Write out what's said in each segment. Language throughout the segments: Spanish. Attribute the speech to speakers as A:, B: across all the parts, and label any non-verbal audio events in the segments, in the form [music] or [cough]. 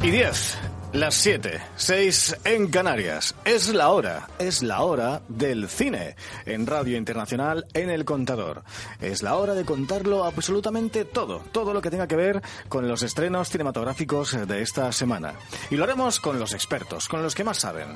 A: 10, las 7, 6 en Canarias. Es la hora, es la hora del cine en Radio Internacional en El Contador. Es la hora de contarlo absolutamente todo, todo lo que tenga que ver con los estrenos cinematográficos de esta semana. Y lo haremos con los expertos, con los que más saben,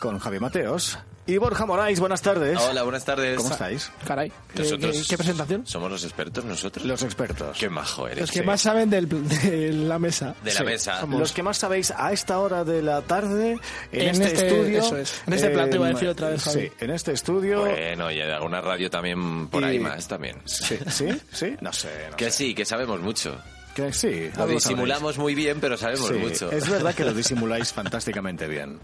A: con Javier Mateos y Borja Moraes. Buenas tardes.
B: Hola, buenas tardes.
A: ¿Cómo estáis?
C: Caray. ¿Qué,
B: Pues, Nosotros-
C: qué- qué presentación?
B: ¿Somos los expertos nosotros?
A: Los expertos.
B: Qué majo eres.
C: Los que
B: eh.
C: más saben del, de la mesa.
B: De la
A: Sí.
B: mesa.
A: Los que más sabéis a esta hora de la tarde, en,
C: En
A: este,
C: este-
A: estudio. eh,
C: eso es. En este plato iba a decir otra vez, Javi.
A: Sí, en este estudio.
B: Bueno, y de alguna radio también por
A: Y-
B: ahí más también.
A: Sí, sí, sí, no sé. no
B: Que
A: sé.
B: sí, que sabemos mucho.
A: Que sí,
B: Lo
A: algo
B: disimulamos muy bien, pero sabemos
A: sabréis. Sí,
B: mucho.
A: Es verdad que
B: [laughs]
A: lo disimuláis fantásticamente bien.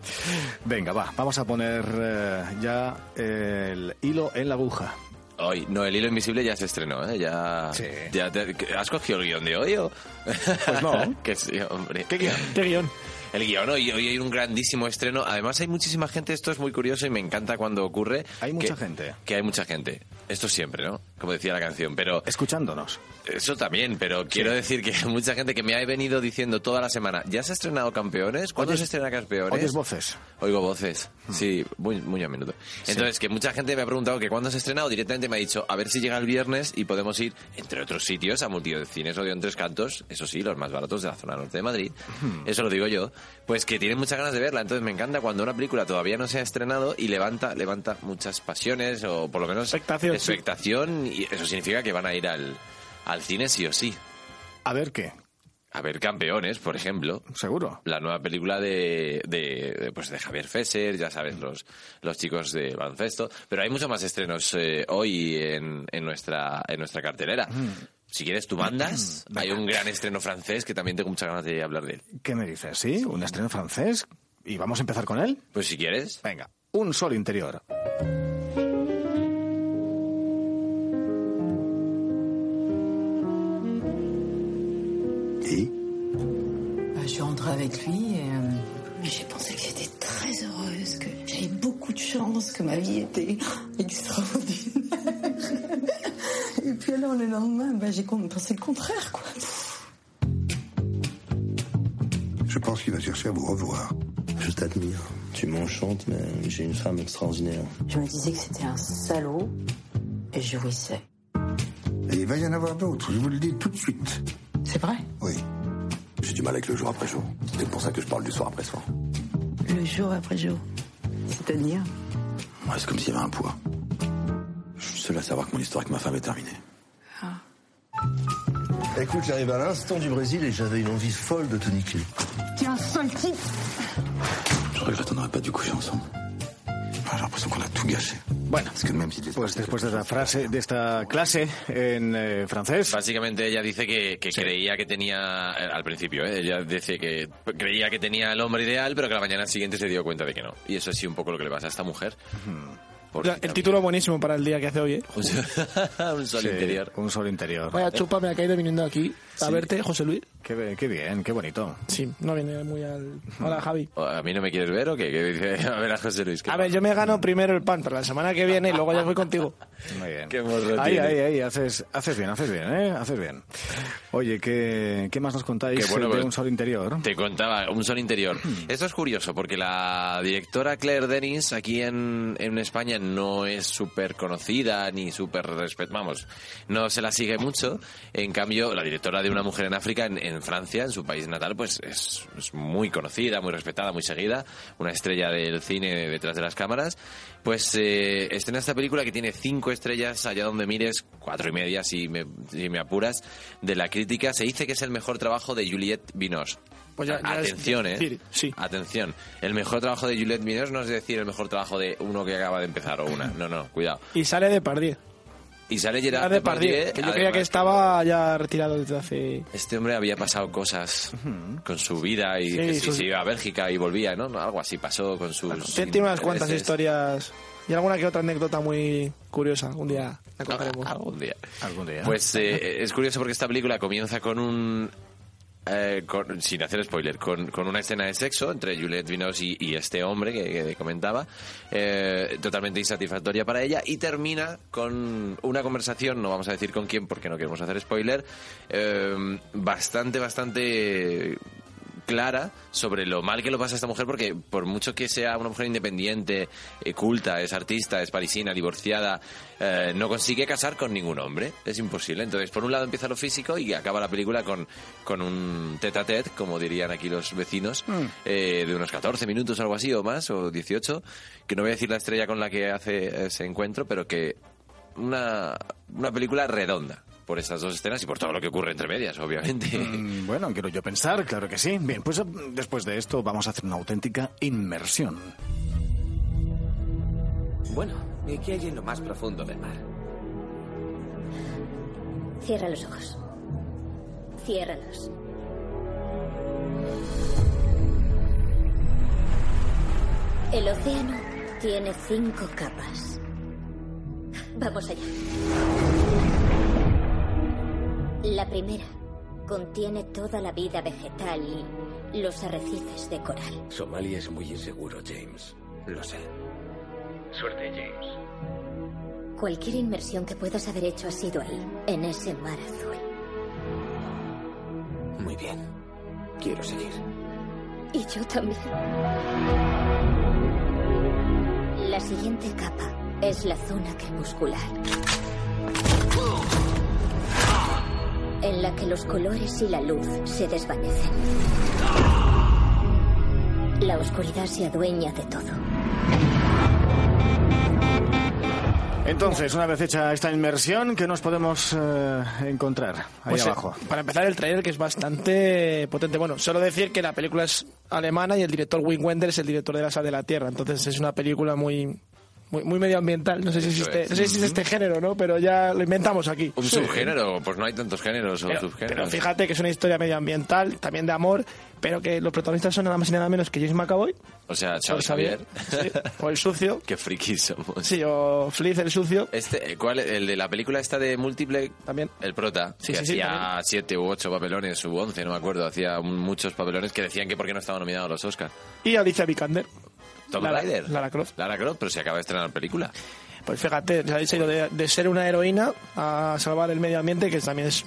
A: Venga, va, vamos a poner eh, ya el hilo en la aguja.
B: Hoy, no, el hilo invisible ya se estrenó, ¿eh? Ya,
A: Sí.
B: ya te- ¿Has cogido el guión de hoy o...?
A: Pues no.
B: [laughs] que sí, hombre.
A: ¿Qué guión?
C: [laughs] ¿Qué guión?
B: El guión, hoy, hoy hay un grandísimo estreno. Además, hay muchísima gente, esto es muy curioso y me encanta cuando ocurre.
A: Hay
B: que-
A: mucha gente.
B: Que hay mucha gente. Esto siempre, ¿no? Como decía la canción, pero...
A: Escuchándonos.
B: Eso también, pero quiero decir que [laughs] hay mucha gente que me ha venido diciendo toda la semana, ¿ya se ha estrenado Campeones? ¿Cuándo
A: Oyes-
B: se estrena Campeones?
A: Oyes voces.
B: Oigo voces,
C: Mm.
B: sí, muy, muy a menudo. Entonces, que mucha gente me ha preguntado que cuándo se ha estrenado, directamente me ha dicho, a ver si llega el viernes y podemos ir, entre otros sitios, a multicines Odeón Tres Cantos, eso sí, los más baratos de la zona norte de Madrid,
C: Mm.
B: eso lo digo yo, pues que tienen muchas ganas de verla, entonces me encanta cuando una película todavía no se ha estrenado y levanta, levanta muchas pasiones, o por lo menos
C: Expectación, sí.
B: expectación, y eso significa que van a ir al, al cine sí o sí.
A: A ver qué,
B: A ver Campeones, por ejemplo,
A: seguro.
B: la nueva película de, de, de, pues de Javier Fesser, ya
C: Mm.
B: sabes, los, los chicos de baloncesto. Pero hay muchos más estrenos eh, hoy en, en, nuestra, en nuestra cartelera.
C: Mm.
B: Si quieres, tú mandas. Hay un gran estreno francés que también tengo muchas ganas de hablar de él.
A: ¿Qué me dices? ¿Sí? ¿Un estreno francés? ¿Y vamos a empezar con él?
B: Pues si quieres.
A: Venga, un sol interior. ¿Y?
D: Bah, je suis rentrée avec lui et. euh,
E: Mais J'ai pensé que j'étais très heureuse, que j'avais beaucoup de chance, que ma vie était extraordinaire. Et puis alors le lendemain, bah, j'ai con- pensé le contraire, quoi.
F: Je pense qu'il va chercher à vous revoir.
G: Je t'admire. Tu m'enchantes, mais j'ai une femme extraordinaire.
E: Je me disais que c'était un salaud et je jouissais.
F: Et il va y en avoir d'autres, je vous le dis tout de suite.
E: C'est vrai
F: Oui. J'ai du mal avec le jour après jour. C'est pour ça que je parle du soir après soir.
E: Le jour après jour. C'est-à-dire
G: Moi, c'est comme s'il y avait un poids. Je suis seul à savoir que mon histoire avec ma femme est terminée. Ah. Écoute, j'arrive à l'instant du Brésil et j'avais une envie folle de te niquer.
E: T'es un sale type
G: Je regrette, on n'aurait pas dû coucher ensemble. J'ai l'impression qu'on a tout gâché.
A: Bueno,
G: Parce que même si...
A: pues después de esta frase, de esta clase en eh, francés,
B: Básicamente ella dice que, que creía que tenía, eh, al principio, ¿eh? ella dice que creía que tenía el hombre ideal, pero que la mañana siguiente se dio cuenta de que no. Y eso es sí un poco lo que le pasa a esta mujer. Porque
C: Mm. El
B: también-
C: título buenísimo para el día que hace hoy, ¿eh?
B: [laughs] un sol
A: Sí,
B: interior.
A: un sol interior.
C: Vaya chupa me ha caído viniendo aquí a
B: Sí.
C: verte, José Luis.
A: Qué, be- qué bien, qué bonito.
C: Sí, no viene muy al... Hola, Javi.
B: ¿A mí no me quieres ver o qué? ¿Qué dice? [laughs] A ver a José Luis. ¿qué
C: A ver, yo me gano primero el pan para la semana que viene y luego ya voy contigo.
A: Muy bien.
B: Qué morro
A: ahí,
B: tiene.
A: ahí, ahí, haces, haces bien, haces bien, ¿eh? Haces bien. Oye, ¿qué, qué más nos contáis
B: Qué bueno,
A: eh, de
B: pues,
A: un sol interior?
B: Te contaba, un sol interior. Esto es curioso porque la directora Claire Denis aquí en, en España no es súper conocida ni súper respet- Vamos, no se la sigue mucho. En cambio, la directora de Una Mujer en África, en, en Francia, en su país natal, pues es, es muy conocida, muy respetada, muy seguida. Una estrella del cine detrás de las cámaras. Pues eh, estrena esta película que tiene cinco estrellas allá donde mires, cuatro y media si me, si me apuras, de la crítica. Se dice que es el mejor trabajo de Juliette Binoche.
C: Pues ya- ya es
B: Atención,
C: decir,
B: ¿eh?
C: sí.
B: Atención. El mejor trabajo de Juliette Binoche no es decir el mejor trabajo de uno que acaba de empezar o una. No, no, cuidado.
C: Y sale de Pardier.
B: Y sale
C: Sale
B: Gerard
C: de Pardier,
B: Depardieu,
C: que yo creía
B: además,
C: que estaba ya retirado desde hace...
B: Este hombre había pasado cosas con su vida y
C: Sí,
B: que si
C: sus-
B: se iba a Bélgica y volvía, ¿no? Algo así pasó con sus...
C: Él tiene unas cuantas
B: intereses.
C: historias y alguna que otra anécdota muy curiosa. Un día la
B: [laughs]
C: contaremos.
B: Algún día.
A: Algún día.
B: Pues eh, es curioso porque esta película comienza con un. eh, con- sin hacer spoiler, con, con una escena de sexo entre Juliette Binoche y, y este hombre que, que comentaba, eh, totalmente insatisfactoria para ella, y termina con una conversación, no vamos a decir con quién porque no queremos hacer spoiler, eh, bastante, bastante clara sobre lo mal que lo pasa esta mujer, porque por mucho que sea una mujer independiente, eh, culta, es artista, es parisina, divorciada, eh, no consigue casar con ningún hombre. Es imposible. Entonces, por un lado empieza lo físico y acaba la película con, con un tete a tete, como dirían aquí los vecinos, eh, de unos 14 minutos, algo así, o más, o 18. Que no voy a decir la estrella con la que hace ese encuentro, pero que una, una película redonda por estas dos escenas y por todo lo que ocurre entre medias, obviamente.
A: Mm, Bueno, quiero yo pensar, claro que sí. Bien, pues mm, después de esto vamos a hacer una auténtica inmersión.
H: Bueno, ¿y qué hay en lo más profundo del mar?
I: Cierra los ojos. Ciérralos. El océano tiene cinco capas. Vamos allá. La primera contiene toda la vida vegetal y los arrecifes de coral.
H: Somalia es muy inseguro, James. Lo sé.
J: Suerte, James.
I: Cualquier inmersión que puedas haber hecho ha sido ahí, en ese mar azul.
H: Muy bien. Quiero seguir.
I: Y yo también. La siguiente capa es la zona crepuscular. En la que los colores y la luz se desvanecen. La oscuridad se adueña de todo.
A: Entonces, una vez hecha esta inmersión, ¿qué nos podemos eh, encontrar ahí
C: Pues, eh,
A: abajo?
C: Para empezar, el trailer que es bastante potente. Bueno, solo decir que la película es alemana y el director Wim Wenders es el director de La Sal de la Tierra. Entonces es una película muy. Muy, muy medioambiental, no sé si
B: Eso
C: existe,
B: es.
C: no sé si existe este género, ¿no? Pero ya lo inventamos aquí.
B: Un subgénero, pues no hay tantos géneros o
C: Pero,
B: subgéneros.
C: pero fíjate que es una historia medioambiental, también de amor, pero que los protagonistas son nada más y nada menos que James McAvoy,
B: o sea, Charles
C: Xavier,
B: Xavier.
C: sí, o el sucio,
B: [laughs] Qué frikis somos.
C: sí, o Fliz el sucio,
B: Este, eh, ¿cuál? El de la película esta de múltiple.
C: También.
B: El prota.
C: Sí,
B: que
C: sí, sí,
B: hacía
C: también.
B: siete u ocho papelones, u once, no me acuerdo. Hacía un- muchos papelones que decían que por qué no estaba nominado a los Oscars.
C: y Alicia Vikander.
B: Tom
C: Lara-
B: Ryder.
C: Lara Croft.
B: Lara Croft, pero se acaba de estrenar película.
C: Pues fíjate, se ha ido de, de ser una heroína a salvar el medio ambiente, que también es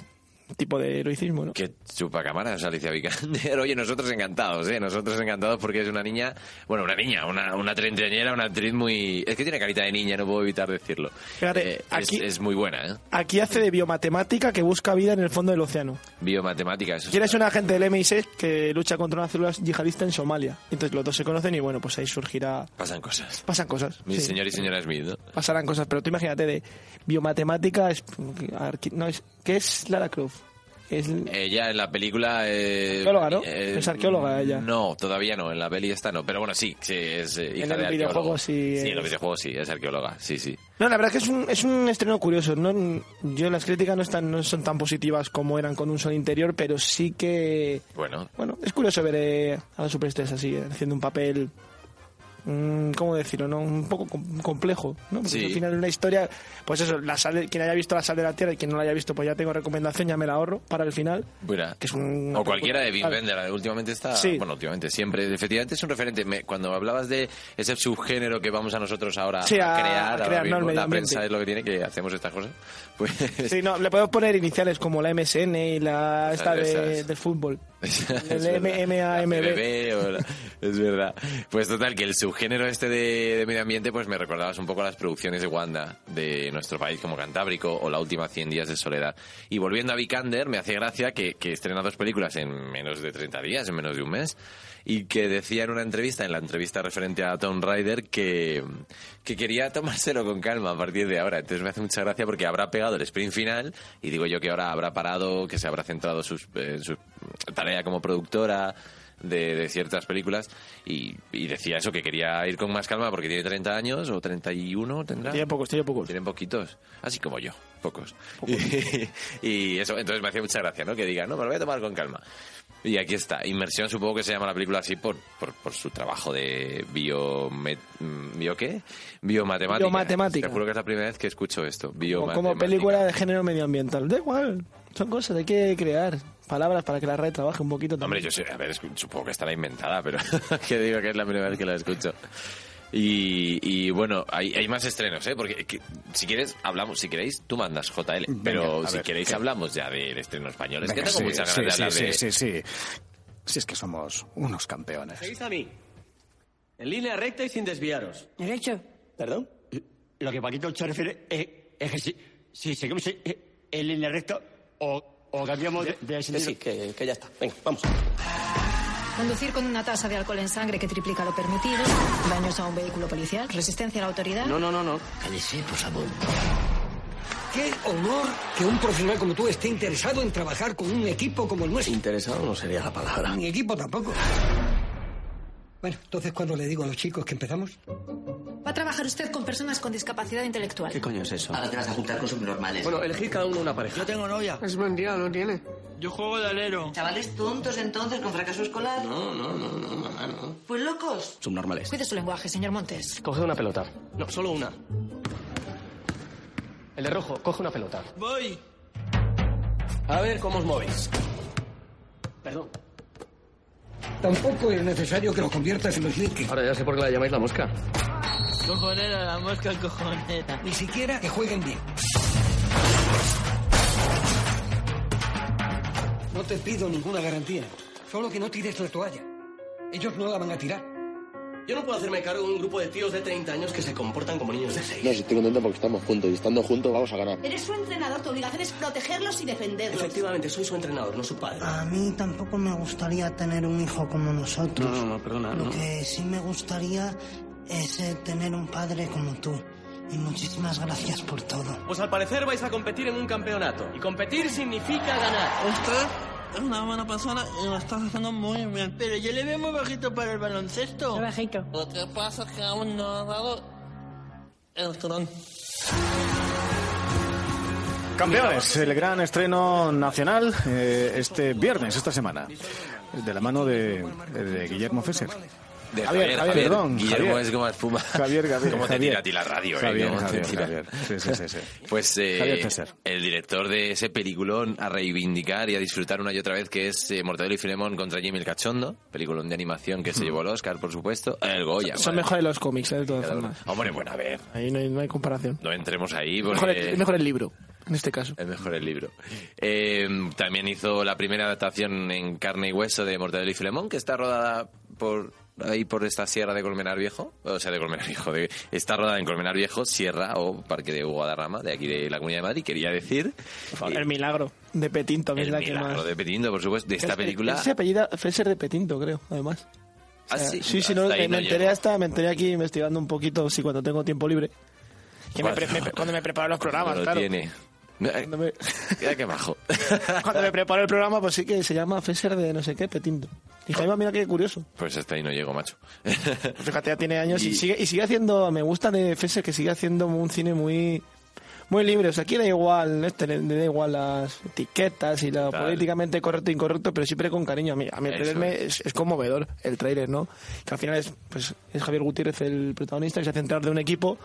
C: un tipo de heroicismo, ¿no?
B: Qué chupa cámaras, Alicia Vikander. [laughs] Oye, nosotros encantados, ¿eh? Nosotros encantados porque es una niña, bueno, una niña, una, una treintañera, una actriz muy... Es que tiene carita de niña, no puedo evitar decirlo.
C: Fíjate,
B: Eh, es-
C: aquí-
B: es, muy buena, ¿eh?
C: Aquí hace de biomatemática que busca vida en el fondo del océano.
B: Biomatemática, eso es-
C: Quién es un agente del MI6 que lucha contra una célula yihadista en Somalia. Entonces los dos se conocen y bueno, pues ahí surgirá...
B: Pasan cosas.
C: Pasan cosas.
B: Mi
C: sí.
B: señor y señora Smith, ¿no?
C: Pasarán cosas, pero tú imagínate de biomatemática... Es, arqui- no, es, ¿Qué es Lara Croft? Es,
B: Ella en la película... eh,
C: Arqueóloga, ¿no? Es arqueóloga ella.
B: No, todavía no, en la peli esta no. Pero bueno, sí, sí, es eh, hija
C: En
B: de
C: el
B: arqueólogo.
C: videojuego sí
B: Sí, en
C: es-
B: los videojuegos sí, es arqueóloga, sí, sí.
C: No, la verdad que es un, es un estreno curioso. No, yo las críticas no están no son tan positivas como eran con un sol interior, pero sí que
B: Bueno,
C: bueno es curioso ver eh, a las superestrellas así eh, haciendo un papel mm, cómo decirlo, no un poco com- complejo, ¿no? Porque
B: Sí.
C: al final una historia, pues eso, la sal de- quien haya visto la sal de la tierra y quien no la haya visto, pues ya tengo recomendación, ya me la ahorro para el final.
B: Mira.
C: que es un-
B: o cualquiera de Wim
C: Ah.
B: Wenders, últimamente está
C: Sí.
B: bueno últimamente siempre efectivamente es un referente Me- cuando hablabas de ese subgénero que vamos a nosotros ahora
C: Sí, a-
B: crear,
C: a
B: ahora
C: crear, ¿no?
B: mismo,
C: El medio
B: la prensa
C: ambiente.
B: es lo que tiene que hacemos estas cosas pues
C: Sí, no, le podemos poner iniciales como la MSN y la esta
B: Esas,
C: de-
B: esas.
C: del fútbol.
B: Es
C: El
B: verdad. [laughs]
C: MMAMB.
B: La MMB, o la- Es verdad. Pues total, que el subgénero este de, de medio ambiente, pues me recordabas un poco a las producciones de Wanda, de nuestro país como Cantábrico, o la última 100 días de soledad. Y volviendo a Vikander, me hace gracia que, que estrena dos películas en menos de 30 días, en menos de un mes, y que decía en una entrevista, en la entrevista referente a Tom Ryder, que, que quería tomárselo con calma a partir de ahora. Entonces me hace mucha gracia porque habrá pegado el sprint final y digo yo que ahora habrá parado, que se habrá centrado sus- en su tarea como productora de, de ciertas películas y, y decía eso, que quería ir con más calma porque tiene 30 años o 31 tendrá.
C: Tiene pocos, tiene pocos.
B: Tienen poquitos, así como yo, pocos. [laughs] Y, eso, entonces me hacía mucha gracia, ¿no? Que diga, no, me lo voy a tomar con calma. Y aquí está, Inmersión, supongo que se llama la película así por, por, por su trabajo de bio... mm, ¿Bio qué? Biomatemática.
C: Biomatemática.
B: Te juro que es la primera vez que escucho esto,
C: O
B: biomatemática.
C: como película de género medioambiental. Da igual, son cosas, hay que crear palabras para que la red trabaje un poquito.
B: No, Hombre, yo sé, a ver, escu- supongo que estará inventada, pero [laughs] que digo que es la primera vez que la escucho. Y, y bueno, hay, hay más estrenos, ¿eh? Porque que- si quieres, hablamos, si queréis, tú mandas JL,
A: Venga,
B: pero
A: a
B: si
A: ver,
B: queréis
A: ¿qué?
B: hablamos ya del estreno español. Es que
A: Venga,
B: tengo
A: sí,
B: muchas ganas
A: sí,
B: de hablar
A: sí,
B: de...
A: sí, sí, sí. Si es que somos unos campeones.
K: Seguís a mí. En línea recta y sin desviaros.
L: ¿Derecho?
K: ¿Perdón?
L: Eh, Lo que Paquito se refiere es, es que si, si seguimos en, en línea recta o, o cambiamos de, de
K: Que sí,
L: sentido.
K: que, que ya está. Venga, vamos.
M: Conducir con una tasa de alcohol en sangre que triplica lo permitido. Daños a un vehículo policial. Resistencia a la autoridad.
K: no, no, no.
N: Cállese, por favor. Qué honor que un profesional como tú esté interesado en trabajar con un equipo como el nuestro.
K: Interesado no sería la palabra.
N: Mi equipo tampoco. Bueno, entonces cuando le digo a los chicos que empezamos.
M: Va a trabajar usted con personas con discapacidad intelectual.
K: coño es eso?
N: Ahora te vas a juntar con subnormales.
K: Bueno, elegid cada uno una pareja. Yo tengo novia.
O: Es mentira, no tiene. Yo juego de alero.
P: Chavales tontos entonces con fracaso escolar.
K: No, no, no, no, mamá, no.
P: Pues locos.
K: Subnormales.
M: Cuide su lenguaje, señor Montes.
K: Coge una pelota. No, solo una. El de rojo, coge una pelota.
O: Voy.
K: A ver cómo os movéis. Perdón.
N: Tampoco es necesario que los conviertas en los Yankees.
K: Ahora ya sé por qué la llamáis la mosca.
O: Cojonera, la mosca cojonera.
N: Ni siquiera que jueguen bien. No te pido ninguna garantía. Solo que no tires la toalla. Ellos no la van a tirar.
K: Yo no puedo hacerme cargo de un grupo de tíos de 30 años que se comportan como niños de 6.
Q: No, si estoy contento porque estamos juntos y estando juntos vamos a ganar.
R: Eres su entrenador, tu obligación es protegerlos y defenderlos.
K: Efectivamente, soy su entrenador, no su padre.
S: A mí tampoco me gustaría tener un hijo como nosotros.
K: No, no, no, perdona,
S: Lo
K: no.
S: que sí me gustaría es eh, tener un padre como tú. Y muchísimas gracias por todo.
K: Pues al parecer vais a competir en un campeonato. Y competir significa ganar.
O: Usted es una buena persona y lo estás haciendo muy bien. Pero yo le veo muy bajito para el baloncesto. Muy
M: bajito.
O: Lo que pasa es que aún no ha dado el tron.
A: Campeones, el gran estreno nacional eh, este viernes, esta semana, de la mano de, de Guillermo Fesser.
B: De
A: Javier, Javier, perdón,
B: Guillermo
A: Javier.
B: es como espuma.
A: Javier, Javier,
B: [laughs] ¿Cómo te
A: Javier.
B: tira a ti la radio? eh?
A: Javier,
B: ¿Cómo te
A: Javier,
B: tira?
A: Javier. Sí, sí, sí, sí.
B: Pues eh,
A: Javier Fesser.
B: el director de ese peliculón a reivindicar y a disfrutar una y otra vez que es eh, Mortadelo y Filemón contra Jimmy el Cachondo, peliculón de animación que se llevó el Oscar, por supuesto, el Goya.
C: Son
B: madre
C: mejores los cómics, eh, de todas formas.
B: mía. Hombre, bueno, a ver,
C: Ahí no hay, no hay comparación.
B: no entremos ahí porque...
C: Mejor el, mejor el libro, en este caso.
B: Es mejor el libro. Eh, también hizo la primera adaptación en carne y hueso de Mortadelo y Filemón, que está rodada por ahí por esta sierra de Colmenar Viejo, o sea, de Colmenar Viejo, de- está rodada en Colmenar Viejo, sierra o parque de Guadarrama, de aquí de la Comunidad de Madrid, quería decir.
C: El milagro de Petín también
B: El
C: es la que
B: milagro
C: más...
B: de Petindo, por supuesto, de esta
C: Es-
B: película.
C: Ese apellida Fesser de Petinto, creo, además.
B: Ah,
C: O sea,
B: sí,
C: sí, sí,
B: hasta
C: no, eh,
B: ahí
C: me,
B: no
C: me enteré
B: llego.
C: hasta, me enteré aquí investigando un poquito, sí, cuando tengo tiempo libre. Que me
B: Cuando-
C: pre- me- cuando me preparo los programas,
B: Pero
C: claro.
B: tiene. Mira,
C: Cuando me, [laughs]
B: [laughs] mira qué majo.
C: cuando me preparo el programa, pues sí que se llama Fesser de no sé qué, Petinto. Y Jaime, mira qué curioso.
B: Pues hasta ahí no llego, macho. [laughs]
C: pues Fíjate, ya tiene años y,
B: Y-
C: sigue, y sigue haciendo, me gusta de Fesser que sigue haciendo un cine muy muy libre. O sea, aquí da igual, este, le, le da igual las etiquetas y lo
B: Total.
C: políticamente correcto e incorrecto, pero siempre con cariño. A mí, a mí el
B: Eso
C: trailer me-
B: es.
C: es, es conmovedor, el trailer, ¿no? Que al final es, pues, es Javier Gutiérrez el protagonista que se hace entrar de un equipo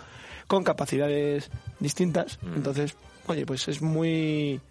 C: con capacidades distintas. Entonces, oye, pues es muy...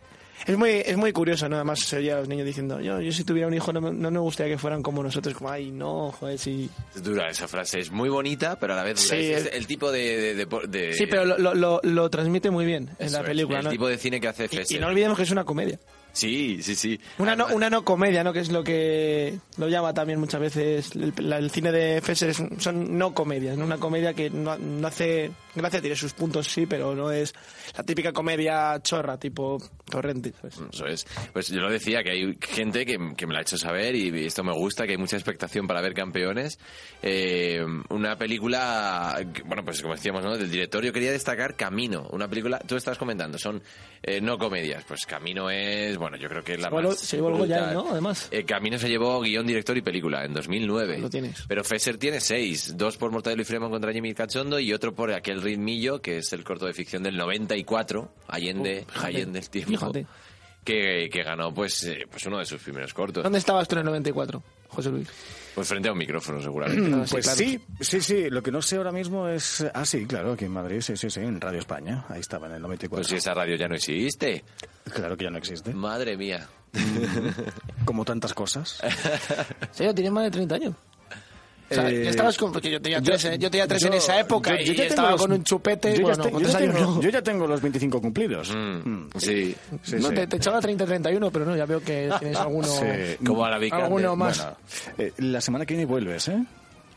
C: Es muy, es muy curioso, ¿no? Además se oye a los niños diciendo, yo, yo si tuviera un hijo no me, no me gustaría que fueran como nosotros, como, ay, no, joder, si...
B: Es dura esa frase, es muy bonita, pero a la vez dura.
C: Sí,
B: es,
C: es-
B: es el tipo de... de- de- de-
C: Sí, pero lo, lo- lo- lo transmite muy bien en
B: Eso
C: la
B: es,
C: película.
B: El
C: ¿no?
B: tipo de cine que hace
C: Y,
B: Fesser.
C: y no olvidemos que es una comedia.
B: Sí, sí, sí.
A: Ah,
C: Una no,
B: Además,
C: una no comedia, ¿no? Que es lo que lo llama también muchas veces. El, la- el cine de Fesser es- son no comedias, ¿no? Una comedia que no, no hace... Gracia tiene sus puntos, sí, pero no es la típica comedia chorra, tipo torrente. ¿sabes?
A: Mm.
B: Eso es. Pues yo lo decía, que hay gente que, que me lo ha hecho saber y esto me gusta, que hay mucha expectación para ver campeones. Eh, una película, que, bueno, pues como decíamos, ¿no? Del director, yo quería destacar Camino. Una película, tú estabas comentando, son eh, no comedias. Pues Camino es, bueno, yo creo que es la
C: Se llevó-
B: más
C: se llevó el Goya,
B: brutal.
C: ¿no? Además.
B: Eh, Camino se llevó guión, director y película en 2009.
C: Lo tienes.
B: Pero Fesser tiene seis. Dos por Mortadelo y Fremont contra Jimmy Cachondo y otro por aquel ritmillo, que es el corto de ficción del 94, Allende,
C: Oh, fíjate,
B: Allende el tiempo.
C: fíjate.
B: Que, que ganó pues, eh, pues uno de sus primeros cortos.
C: ¿Dónde estabas tú en el 94, José Luis?
B: Pues frente a un micrófono, seguramente. Ah,
C: No, sí,
A: Pues
C: claro.
A: sí, sí, sí. Lo que no sé ahora mismo es. Ah, sí, claro, aquí en Madrid, sí, sí, sí, en Radio España. Ahí estaba en el 94.
B: Pues si esa radio ya no existe.
A: Claro que ya no existe.
B: Madre mía.
A: Como tantas cosas.
C: Sí, tiene más de 30 años. O sea,
A: Eh,
C: ya estabas con, porque yo tenía tres, eh, yo tenía tres en
A: yo-
C: esa época
A: yo- yo
C: y
A: ya
C: estaba
A: tengo los-
C: con un chupete.
A: Yo ya,
C: bueno,
A: te- yo
C: con tres
A: ya
C: años
A: tengo,
C: no.
A: yo ya tengo los 25 cumplidos.
B: Mm.
C: Mm.
B: Sí. sí,
C: No,
A: sí.
C: Te, te echaba 30-31, pero no, ya veo que tienes alguno,
A: Sí.
C: alguno más.
A: Bueno, eh, la semana que viene vuelves, ¿eh?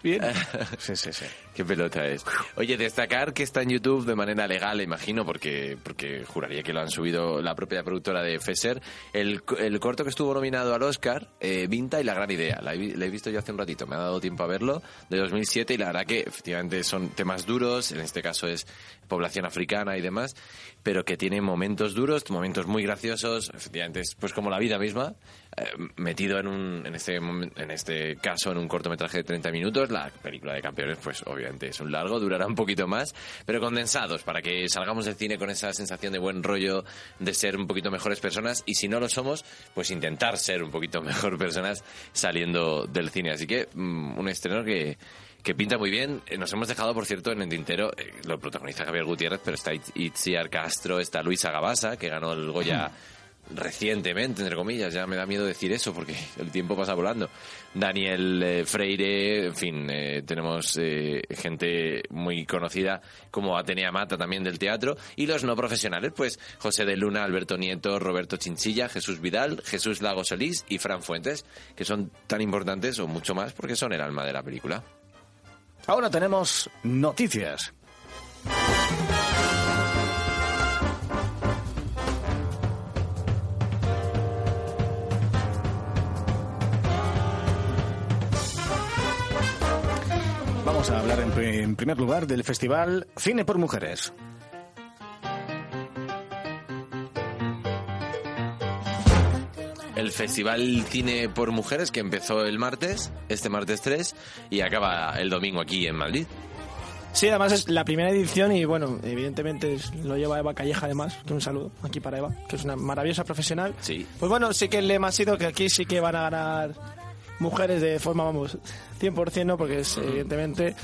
C: Bien.
B: Ah.
A: Sí, sí, sí.
B: Qué pelota es. Oye, destacar que está en YouTube de manera legal, imagino, porque, porque juraría que lo han subido la propia productora de Fesser. El, co- el corto que estuvo nominado al Oscar, eh, Vinta y la gran idea. La he, vi- la he visto yo hace un ratito, me ha dado tiempo a verlo, de 2007, y la verdad que efectivamente son temas duros, en este caso es población africana y demás, pero que tiene momentos duros, momentos muy graciosos, efectivamente es pues como la vida misma, eh, metido en un en este momen- en este caso en un cortometraje de 30 minutos la película de campeones pues obviamente es un largo durará un poquito más pero condensados para que salgamos del cine con esa sensación de buen rollo de ser un poquito mejores personas y si no lo somos pues intentar ser un poquito [laughs] mejor personas saliendo del cine así que mm, un estreno que que pinta muy bien. Eh, Nos hemos dejado, por cierto, en el tintero, eh, lo protagoniza Javier Gutiérrez, pero está It- Itziar Castro, está Luisa Gabasa, que ganó el Goya recientemente, entre comillas, ya me da miedo decir eso porque el tiempo pasa volando. Daniel eh, Freire, en fin, eh, tenemos eh, gente muy conocida como Atenea Mata también del teatro y los no profesionales, pues José de Luna, Alberto Nieto, Roberto Chinchilla, Jesús Vidal, Jesús Lago Solís y Fran Fuentes, que son tan importantes o mucho más porque son el alma de la película.
A: Ahora tenemos noticias. Vamos a hablar en, pri- en primer lugar del festival Cine por Mujeres.
B: El Festival Cine por Mujeres que empezó el martes, este martes 3, y acaba el domingo aquí en Madrid.
C: Sí, además es la primera edición y bueno, evidentemente es- lo lleva Eva Calleja además, que un saludo aquí para Eva, que es una maravillosa profesional.
B: Sí.
C: Pues bueno, sí que el lema ha sido que aquí sí que van a ganar mujeres de forma, vamos, 100%, ¿no? Porque es, evidentemente,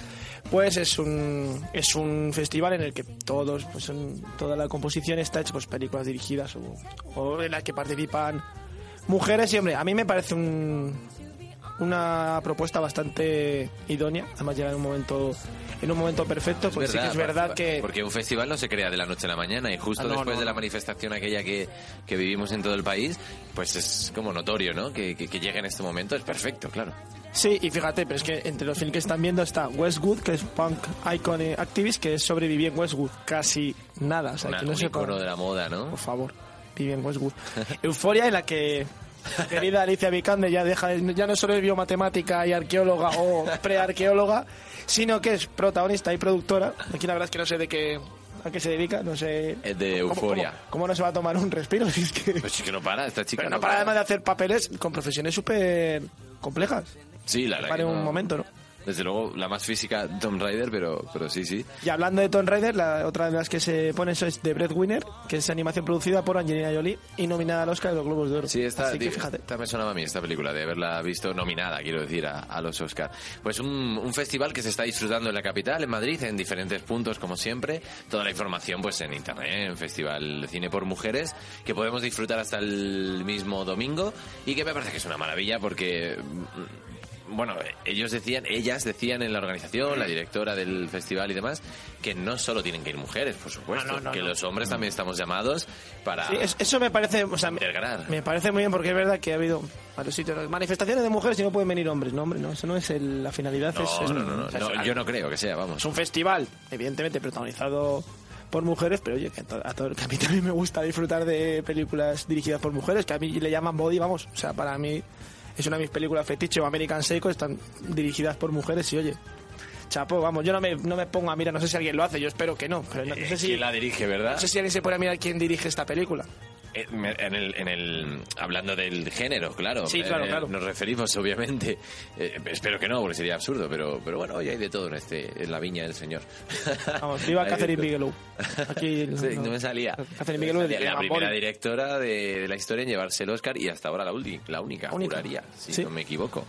C: pues es un, es un festival en el que todos, pues son- toda la composición está hecha pues películas dirigidas o, o en las que participan mujeres y hombre, a mí me parece un, una propuesta bastante idónea, además llega en un momento, en un momento perfecto, porque Pues sí que es verdad
B: pa-
C: que...
B: Porque un festival no se crea de la noche a la mañana y justo
C: Ah, no,
B: después
C: no,
B: de la
C: no.
B: manifestación aquella que, que vivimos en todo el país, pues es como notorio, ¿no? Que, que, que llegue en este momento es perfecto, claro.
C: Sí, y fíjate, pero es que entre los films que están viendo está Westwood, que es Punk Icon Activist, que sobrevivió en Westwood casi nada. O sea,
B: Una-
C: que
B: un
C: no sé
B: icono de la moda, ¿no?
C: Por favor, Vivian Westwood. [laughs] Euforia en la que querida Alicia Vikander ya deja ya no solo es biomatemática y arqueóloga o prearqueóloga, sino que es protagonista y productora. Aquí la verdad es que no sé de qué a qué se dedica, no sé.
B: Es de
C: ¿Cómo- cómo-
B: euforia.
C: ¿Cómo, no se va a tomar un respiro? [laughs] Si es que,
B: Pues es que no para esta chica.
C: pero no para además de hacer papeles con profesiones súper complejas.
B: Sí, la verdad.
C: Para
B: que
C: un
B: no-
C: momento, ¿no?
B: Desde luego, la más física, Tomb Raider, pero, pero sí, sí.
C: Y hablando de Tomb Raider, la otra de las que se pone eso es The Breadwinner, que es animación producida por Angelina Jolie y nominada al Oscar de los Globos de Oro.
B: Sí, esta,
C: Así que
B: di-
C: fíjate.
B: esta me sonaba a mí, esta película, de haberla visto nominada, quiero decir, a, a los Oscar. Pues un, un festival que se está disfrutando en la capital, en Madrid, en diferentes puntos, como siempre. Toda la información, pues, en internet, en Festival Cine por Mujeres, que podemos disfrutar hasta el mismo domingo y que me parece que es una maravilla porque... mm, Bueno, ellos decían, ellas decían en la organización, la directora del festival y demás, que no solo tienen que ir mujeres, por supuesto, que los hombres también estamos llamados para
C: Sí, es- eso me parece, o sea, me,
B: integrar.
C: me parece muy bien porque es verdad que ha habido varios sitios, manifestaciones de mujeres y no pueden venir hombres, no, hombre, no, eso no es el- la finalidad.
B: No,
C: es, es-
B: no, no, no,
C: o sea,
B: no,
C: es-
B: yo no creo que sea, vamos.
C: es un festival, evidentemente protagonizado por mujeres, pero oye, que a, to- a todo- que a mí también me gusta disfrutar de películas dirigidas por mujeres, que a mí le llaman body, vamos, o sea, para mí es una de mis películas fetiche o American Psycho, están dirigidas por mujeres y oye, chapo, vamos, yo no me, no me pongo a mirar, no sé si alguien lo hace, yo espero que no, pero no, no sé si...
B: Eh, ¿Quién la dirige, verdad?
C: No sé si alguien se pone a mirar quién dirige esta película.
B: Eh, me- En el, en el, hablando del género, claro.
C: Sí, claro,
B: Eh,
C: claro.
B: Nos referimos, obviamente. Eh, espero que no, porque sería absurdo, pero, pero bueno, hoy hay de todo en, este, en la viña del señor. [laughs]
C: Vamos, viva
B: Ahí
C: Catherine
B: está.
C: Bigelow.
B: [laughs]
C: Aquí
B: Sí, no me salía.
C: Catherine
B: No me
C: Bigelow
B: salía.
C: de
B: la
C: Mambo.
B: primera directora de, de la historia en llevarse el Oscar y hasta ahora la, ulti- la única,
C: Única.
B: juraría, si
C: Sí.
B: no me equivoco.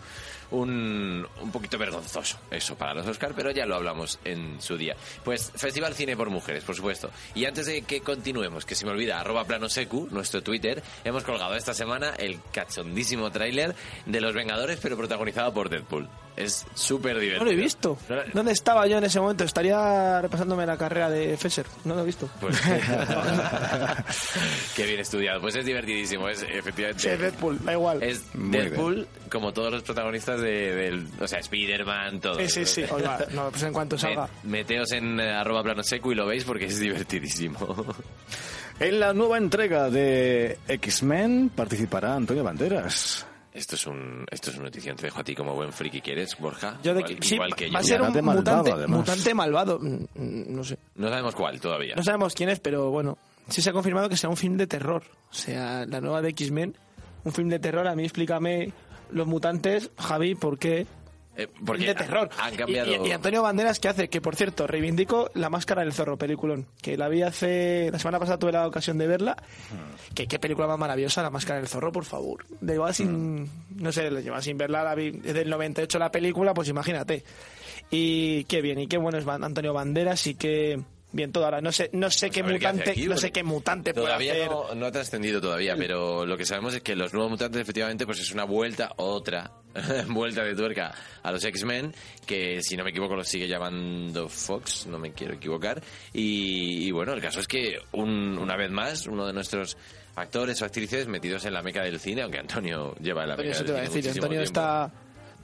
B: Un, un poquito vergonzoso eso para los Oscar, pero ya lo hablamos en su día. Pues Festival Cine por Mujeres, por supuesto. Y antes de que continuemos, que se me olvida, arroba plano secu, nuestro Twitter, hemos colgado esta semana el cachondísimo tráiler de Los Vengadores, pero protagonizado por Deadpool. Es súper divertido.
C: No lo he visto. ¿Dónde estaba yo en ese momento? Estaría repasándome la carrera de Fesser. No lo he visto.
B: Pues,
C: [laughs]
B: qué bien estudiado. Pues es divertidísimo, es efectivamente.
C: Sí, Deadpool, da igual.
B: Es
C: Muy
B: Deadpool, como todos los protagonistas de, del. O sea, Spider-Man, todo.
C: Sí,
B: [laughs]
C: sí, sí. Oiga, no, pues en cuanto salga.
B: Meteos en eh, arroba plano seco y lo veis porque es divertidísimo. [laughs]
A: En la nueva entrega de X-Men participará Antonio Banderas.
B: Esto es un esto es una notición. Te dejo a ti como buen friki que eres, Borja.
C: Yo de
B: igual,
C: que, sí,
B: igual que
C: va a
B: yo.
C: ser un mutante, mutante malvado. Mm, mm, No sé.
B: No sabemos cuál todavía.
C: No sabemos quién es, pero bueno. Sí se ha confirmado que será un film de terror. O sea, la nueva de X-Men, un film de terror. A mí explícame los mutantes, Javi, por qué.
B: Eh, porque
C: de terror.
B: Han cambiado.
C: Y, y- y Antonio Banderas, ¿qué hace? Que por cierto, reivindico La Máscara del Zorro, peliculón. Que la vi hace. La semana pasada tuve la ocasión de verla. Que qué película más maravillosa, La Máscara del Zorro, por favor. De igual
B: Mm.
C: sin. No sé, lleva sin verla, la vi del 98 la película, pues imagínate. Y qué bien, y qué bueno es Ban- Antonio Banderas, y qué. Bien, todo ahora. No sé, no sé qué
B: Pues a ver qué hace
C: mutante,
B: aquí,
C: no sé
B: porque
C: qué mutante puede
B: Todavía
C: hacer.
B: no, no ha trascendido todavía, pero lo que sabemos es que los nuevos mutantes efectivamente pues es una vuelta, otra [laughs] vuelta de tuerca a los X-Men, que si no me equivoco los sigue llamando Fox, no me quiero equivocar. Y, y bueno, el caso es que un- una vez más uno de nuestros actores o actrices metidos en la meca del cine, aunque Antonio lleva en la
C: Antonio,
B: meca
C: eso
B: del
C: te iba a
B: cine
C: decir.
B: muchísimo
C: Antonio
B: tiempo.
C: está,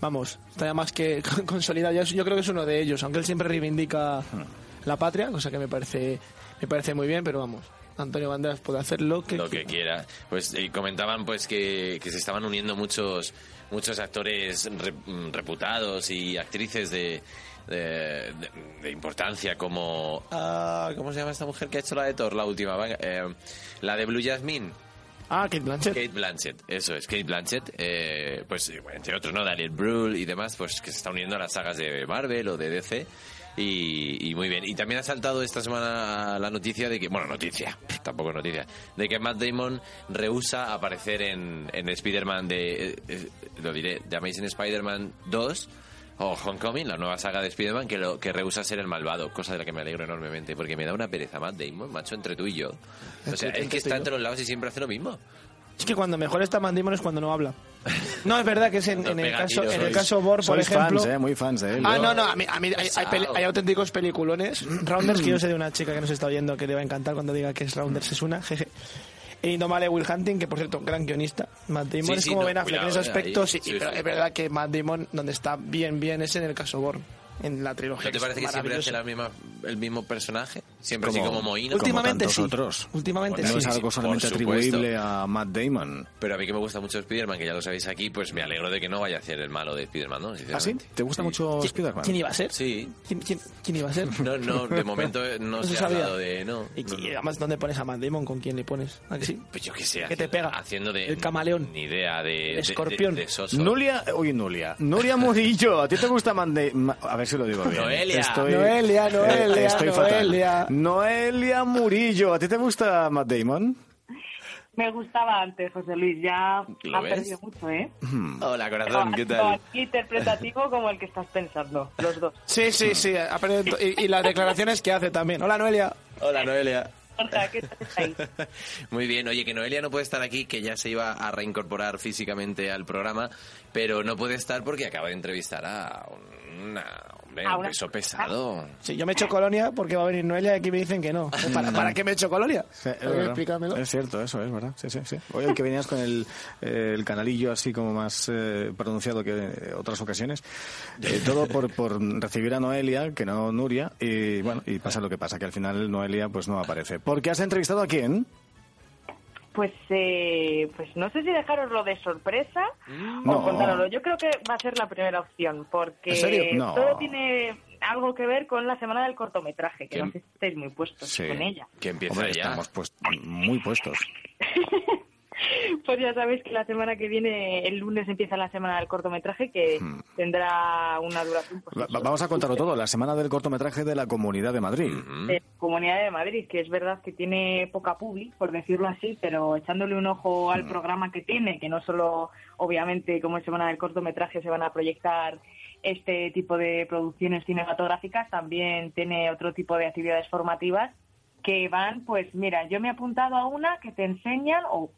C: vamos, está ya más que [laughs] con- consolidado. Yo, yo creo que es uno de ellos, aunque él siempre reivindica la patria, cosa que me parece, me parece muy bien, pero vamos, Antonio Banderas puede hacer lo que...
B: lo que quiera. Pues eh, comentaban pues que, que se estaban uniendo muchos muchos actores re- mm, reputados y actrices de, de, de- de importancia como ah, ¿cómo se llama esta mujer que ha hecho la de Thor la última? Venga, eh, la de Blue Jasmine.
C: Ah, Kate Blanchett.
B: Kate Blanchett, eso es, Kate Blanchett, eh, pues eh, bueno, entre otros, ¿no? Daniel Brühl y demás, pues que se está uniendo a las sagas de Marvel o de DC. Y, y muy bien. Y también ha saltado esta semana la noticia de que, bueno, noticia, [laughs] tampoco noticia, de que Matt Damon rehúsa aparecer en, en Spider-Man de, eh, eh, lo diré, de Amazing Spider-Man 2 o Homecoming, la nueva saga de Spider-Man, que, lo- que rehúsa ser el malvado, cosa de la que me alegro enormemente, porque me da una pereza Matt Damon, macho, entre tú y yo. O sea,
C: Entre-
B: es que
C: entre tú y
B: está
C: yo.
B: entre los lados y siempre hace lo mismo.
C: Es que cuando mejor está Mandímon es cuando no habla. No, es verdad que es en,
B: Nos
C: en el,
B: pega
C: caso,
B: tiros,
C: en el
B: sois-
C: caso Bor, por
A: sois
C: ejemplo...
A: fans, eh, muy fans de él.
C: Ah,
A: ¿eh?
C: no, no, a mí, a mí hay, hay peli- hay auténticos peliculones. Rounders, que yo sé de una chica que nos está oyendo que le va a encantar cuando diga que es Rounders, es una, jeje. E Indomable Will Hunting, que por cierto, gran guionista. Matt Damon
B: Sí,
C: es
B: sí,
C: como
B: no,
C: Ben Affleck en
B: cuidado,
C: ese
B: eh,
C: aspecto,
B: ahí,
C: sí,
B: sí,
C: y- pero
B: sí.
C: es verdad que Matt Damon, donde está bien, bien, es en el caso Born, en la trilogía.
B: ¿No te
C: es
B: parece que siempre hace
C: maravillosa.
B: la misma, el mismo personaje? Siempre así como Moino.
C: Últimamente sí. Últimamente
A: No
C: sí.
A: es algo solamente
B: Por supuesto. ¿Ah,
A: atribuible a Matt Damon.
B: Pero a mí que me gusta mucho Spider-Man, que ya lo sabéis aquí, pues me alegro de que no vaya a ser el malo de Spider-Man, ¿no?
A: ¿Ah, sí?
B: Sinceramente.
A: ¿Te gusta mucho Spider-Man?
C: ¿Quién iba a ser?
B: Sí.
C: ¿Quién, quién, quién iba a ser?
B: No, no, de
C: [laughs]
B: momento eh, no, se, ha
C: sabía.
B: hablado de... No,
C: Y, y además, ¿dónde pones a Matt Damon? ¿Con quién le pones? ¿A que sí?
B: pues yo qué sé.
C: ¿Qué te
B: haciendo-
C: pega?
B: Haciendo de...
C: El camaleón.
B: Ni idea de... de-
C: escorpión.
B: De, de soso.
A: Nulia, oye Nulia, Nuria Murillo, ¿a ti te gusta Matt Damon? A ver si lo digo bien.
B: Noelia.
A: Estoy-
C: Noelia, Noelia,
A: Eh, estoy fatal.
C: Noelia.
A: Noelia Murillo, ¿a ti te gusta Matt Damon?
T: Me gustaba antes, José Luis, ya
B: ¿Lo
T: ha
B: ves?
T: perdido mucho, ¿eh?
C: Hmm.
B: Hola, corazón, ¿qué
T: Tanto
B: tal?
T: aquí interpretativo como el que estás pensando, los dos.
C: Sí, sí, sí. ha perdido- Y, y las declaraciones que hace también. Hola, Noelia.
B: Hola, Noelia.
T: Corta, ¿qué tal estáis?
B: [laughs] Muy bien, oye, que Noelia no puede estar aquí, que ya se iba a reincorporar físicamente al programa, pero no puede estar porque acaba de entrevistar a una, hombre,
C: A
B: un
C: una-
B: peso pesado.
C: Sí, yo me echo colonia porque va a venir Noelia y aquí me dicen que no. Pues, ¿Para, para qué me echo colonia?
A: es,
C: Oye,
A: verdad.
C: explícamelo.
A: Es cierto, eso es verdad. Sí, sí, sí. Oye, que venías con el, eh, el canalillo así como más eh, pronunciado que eh, otras ocasiones. Eh, todo por, por recibir a Noelia, que no Nuria, y bueno, y pasa lo que pasa, que al final Noelia pues no aparece. ¿Por qué has entrevistado a quién?
T: Pues, eh, pues no sé si dejaroslo de sorpresa
A: No.
T: o contároslo. Yo creo que va a ser la primera opción, porque
A: ¿En serio? No.
T: todo tiene algo que ver con la semana del cortometraje, que
A: ¿Qué?
T: no sé si estáis muy puestos con ella.
B: Que empieza
A: Hombre,
B: ya.
A: Estamos pues muy puestos.
T: Pues ya sabéis que la semana que viene, el lunes empieza la semana del cortometraje, que tendrá una duración pues,
A: Va- va- vamos a contarlo todo. La semana del cortometraje de la Comunidad de Madrid.
B: Mm.
T: de la Comunidad de Madrid, que es verdad que tiene poca publi, por decirlo así, pero echándole un ojo al programa que tiene, que no solo, obviamente, como es Semana del Cortometraje, se van a proyectar este tipo de producciones cinematográficas, también tiene otro tipo de actividades formativas que van, pues mira, yo me he apuntado a una que te enseñan, o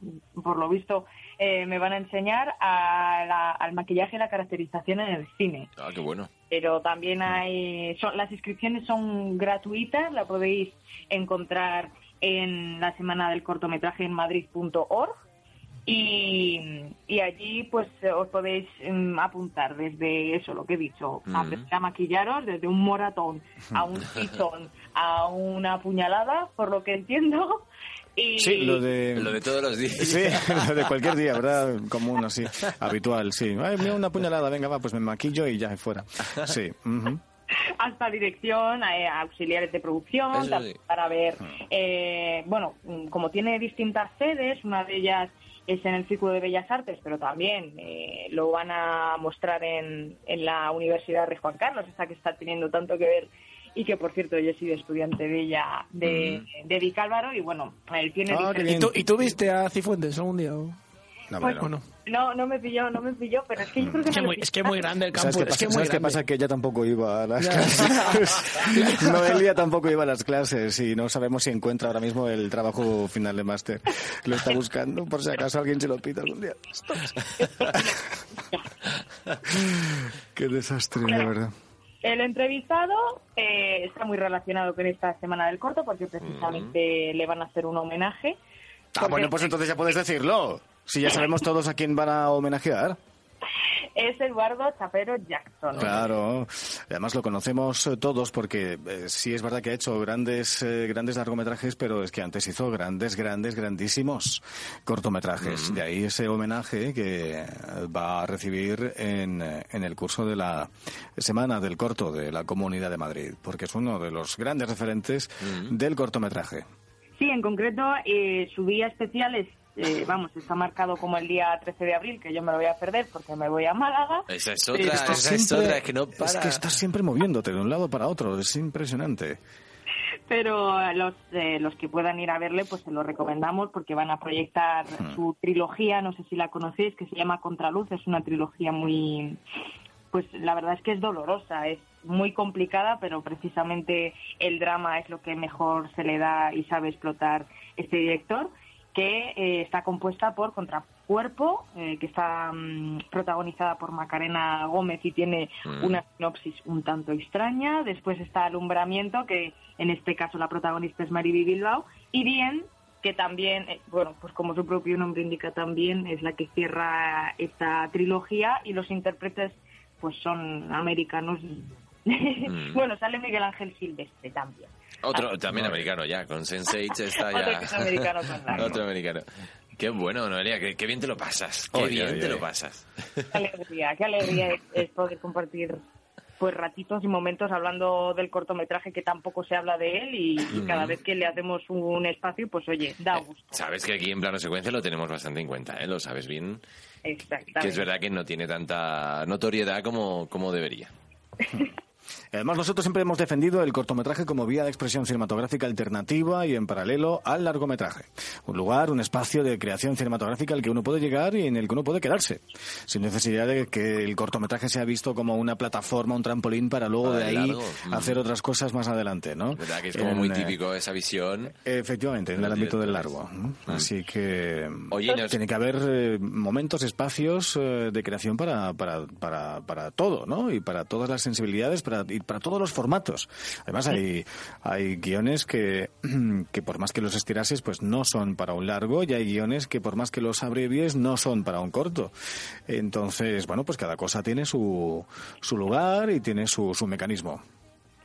T: por lo visto eh, me van a enseñar, a la- al maquillaje y la caracterización en el cine.
B: Ah, qué bueno.
T: Pero también hay, son, las inscripciones son gratuitas, la podéis encontrar en la semana del cortometraje en madrid.org y, y allí pues eh, os podéis mm, apuntar desde eso, lo que he dicho,
B: Mm.
T: aprender a maquillaros, desde un moratón a un pitón a una puñalada, por lo que entiendo. [laughs] Y
A: Sí, lo de...
B: Lo de todos los días.
A: Sí, [laughs] lo de cualquier día, ¿verdad? Común, así, habitual, sí. Ay, mira, una puñalada, venga, va, pues me maquillo y ya, fuera. Sí, ujú.
T: hasta dirección, eh, auxiliares de producción,
A: Eso
T: también
A: sí.
T: para ver, eh, bueno, mm, como tiene distintas sedes, una de ellas es en el Círculo de Bellas Artes, pero también eh, lo van a mostrar en, en la Universidad Rey Juan Carlos, esa que está teniendo tanto que ver y que, por cierto, yo he sido estudiante de ella, de, de Vicálvaro, y bueno, él
A: Ah.
T: tiene... diferentes-
C: Ah, ¿Y, tú, ¿Y tú viste a Cifuentes algún día? o-
A: No,
C: Ay,
A: bueno.
C: ¿o no?
T: No, no me pilló, no me pilló, pero es que yo creo que...
C: Es que,
T: me lo
C: muy, es que es muy grande el
A: ¿Sabes
C: campo.
A: qué
C: Es
A: pasa?
C: que es muy
A: ¿Sabes qué
C: grande.
A: pasa? Que ella tampoco iba a las
C: [laughs]
A: clases. Noelia tampoco iba a las clases y no sabemos si encuentra ahora mismo el trabajo final de máster. Lo está buscando por si acaso alguien se lo pita algún
C: [laughs]
A: día. Qué desastre, la verdad.
T: El entrevistado eh, está muy relacionado con esta semana del corto porque precisamente le van a hacer un homenaje.
A: Ah, bueno, pues entonces ya puedes decirlo. Si ya sabemos todos a quién van a homenajear.
T: Es Eduardo Chapero Jackson.
A: Claro, además lo conocemos eh, todos porque eh, sí es verdad que ha hecho grandes, eh, grandes largometrajes, pero es que antes hizo grandes, grandes, grandísimos cortometrajes. De ahí ese homenaje que eh, va a recibir en, eh, en el curso de la Semana del Corto de la Comunidad de Madrid, porque es uno de los grandes referentes del cortometraje.
T: Sí, en concreto, eh, su día especial es, eh, vamos, está marcado como el día 13 de abril, que yo me lo voy a perder porque me voy a Málaga.
B: Esa es
T: Pero
B: otra,
T: está
B: Ah, esa es
A: Siempre-
B: otra, es que no para.
A: es que estás siempre moviéndote de un lado para otro, es impresionante.
T: pero los, eh, los que puedan ir a verle, pues se lo recomendamos porque van a proyectar su trilogía, no sé si la conocéis, que se llama Contraluz, es una trilogía muy, pues la verdad es que es dolorosa, es muy complicada, pero precisamente el drama es lo que mejor se le da y sabe explotar este director, que eh, está compuesta por Contracuerpo, eh, que está mm, protagonizada por Macarena Gómez y tiene
U: Mm.
T: una sinopsis un tanto extraña. Después está Alumbramiento, que en este caso la protagonista es Mariby Bilbao, y Bien, que también, eh, bueno, pues como su propio nombre indica también, es la que cierra esta trilogía y los intérpretes pues son americanos y-
B: Mm.
T: bueno, sale Miguel Ángel Silvestre este, también.
B: Otro, también americano ya, con
T: [laughs]
B: Sense8 está
T: Otro
B: ya.
T: que es americano con
B: [laughs]
T: la-
B: Otro americano. Qué bueno, Noelia, qué, qué bien te lo pasas. Qué
A: Oy,
B: bien
A: oy,
B: te
A: oy.
B: lo pasas.
T: Qué alegría, qué alegría es, es poder compartir pues ratitos y momentos hablando del cortometraje que tampoco se habla de él y, y cada
B: Mm.
T: vez que le hacemos un espacio, pues oye, da gusto.
B: Sabes que aquí en plano secuencia lo tenemos bastante en cuenta, ¿eh? Lo sabes bien.
T: Exactamente.
B: Que es verdad que no tiene tanta notoriedad como, como debería.
A: Además, nosotros siempre hemos defendido el cortometraje como vía de expresión cinematográfica alternativa y en paralelo al largometraje. Un lugar, un espacio de creación cinematográfica al que uno puede llegar y en el que uno puede quedarse. Sin necesidad de que el cortometraje sea visto como una plataforma, un trampolín para luego
B: Para
A: de
B: el
A: ahí
B: largo. Mm.
A: hacer otras cosas más adelante, ¿no?
B: ¿Verdad? Que es como muy
A: En, eh,
B: típico esa visión.
A: Efectivamente, en el
B: Los
A: ámbito del
B: directores.
A: largo. ¿no? Así que
B: Mm. Oye, y nos-
A: tiene que haber eh, momentos, espacios eh, de creación para, para, para, para todo, ¿no? Y para todas las sensibilidades para, y para todos los formatos. Además, hay, hay guiones que, [clears throat] que por más que los estirases, pues no son para un largo y hay guiones que por más que los abrevies, no son para un corto. Entonces, bueno, pues cada cosa tiene su, su lugar y tiene su, su mecanismo.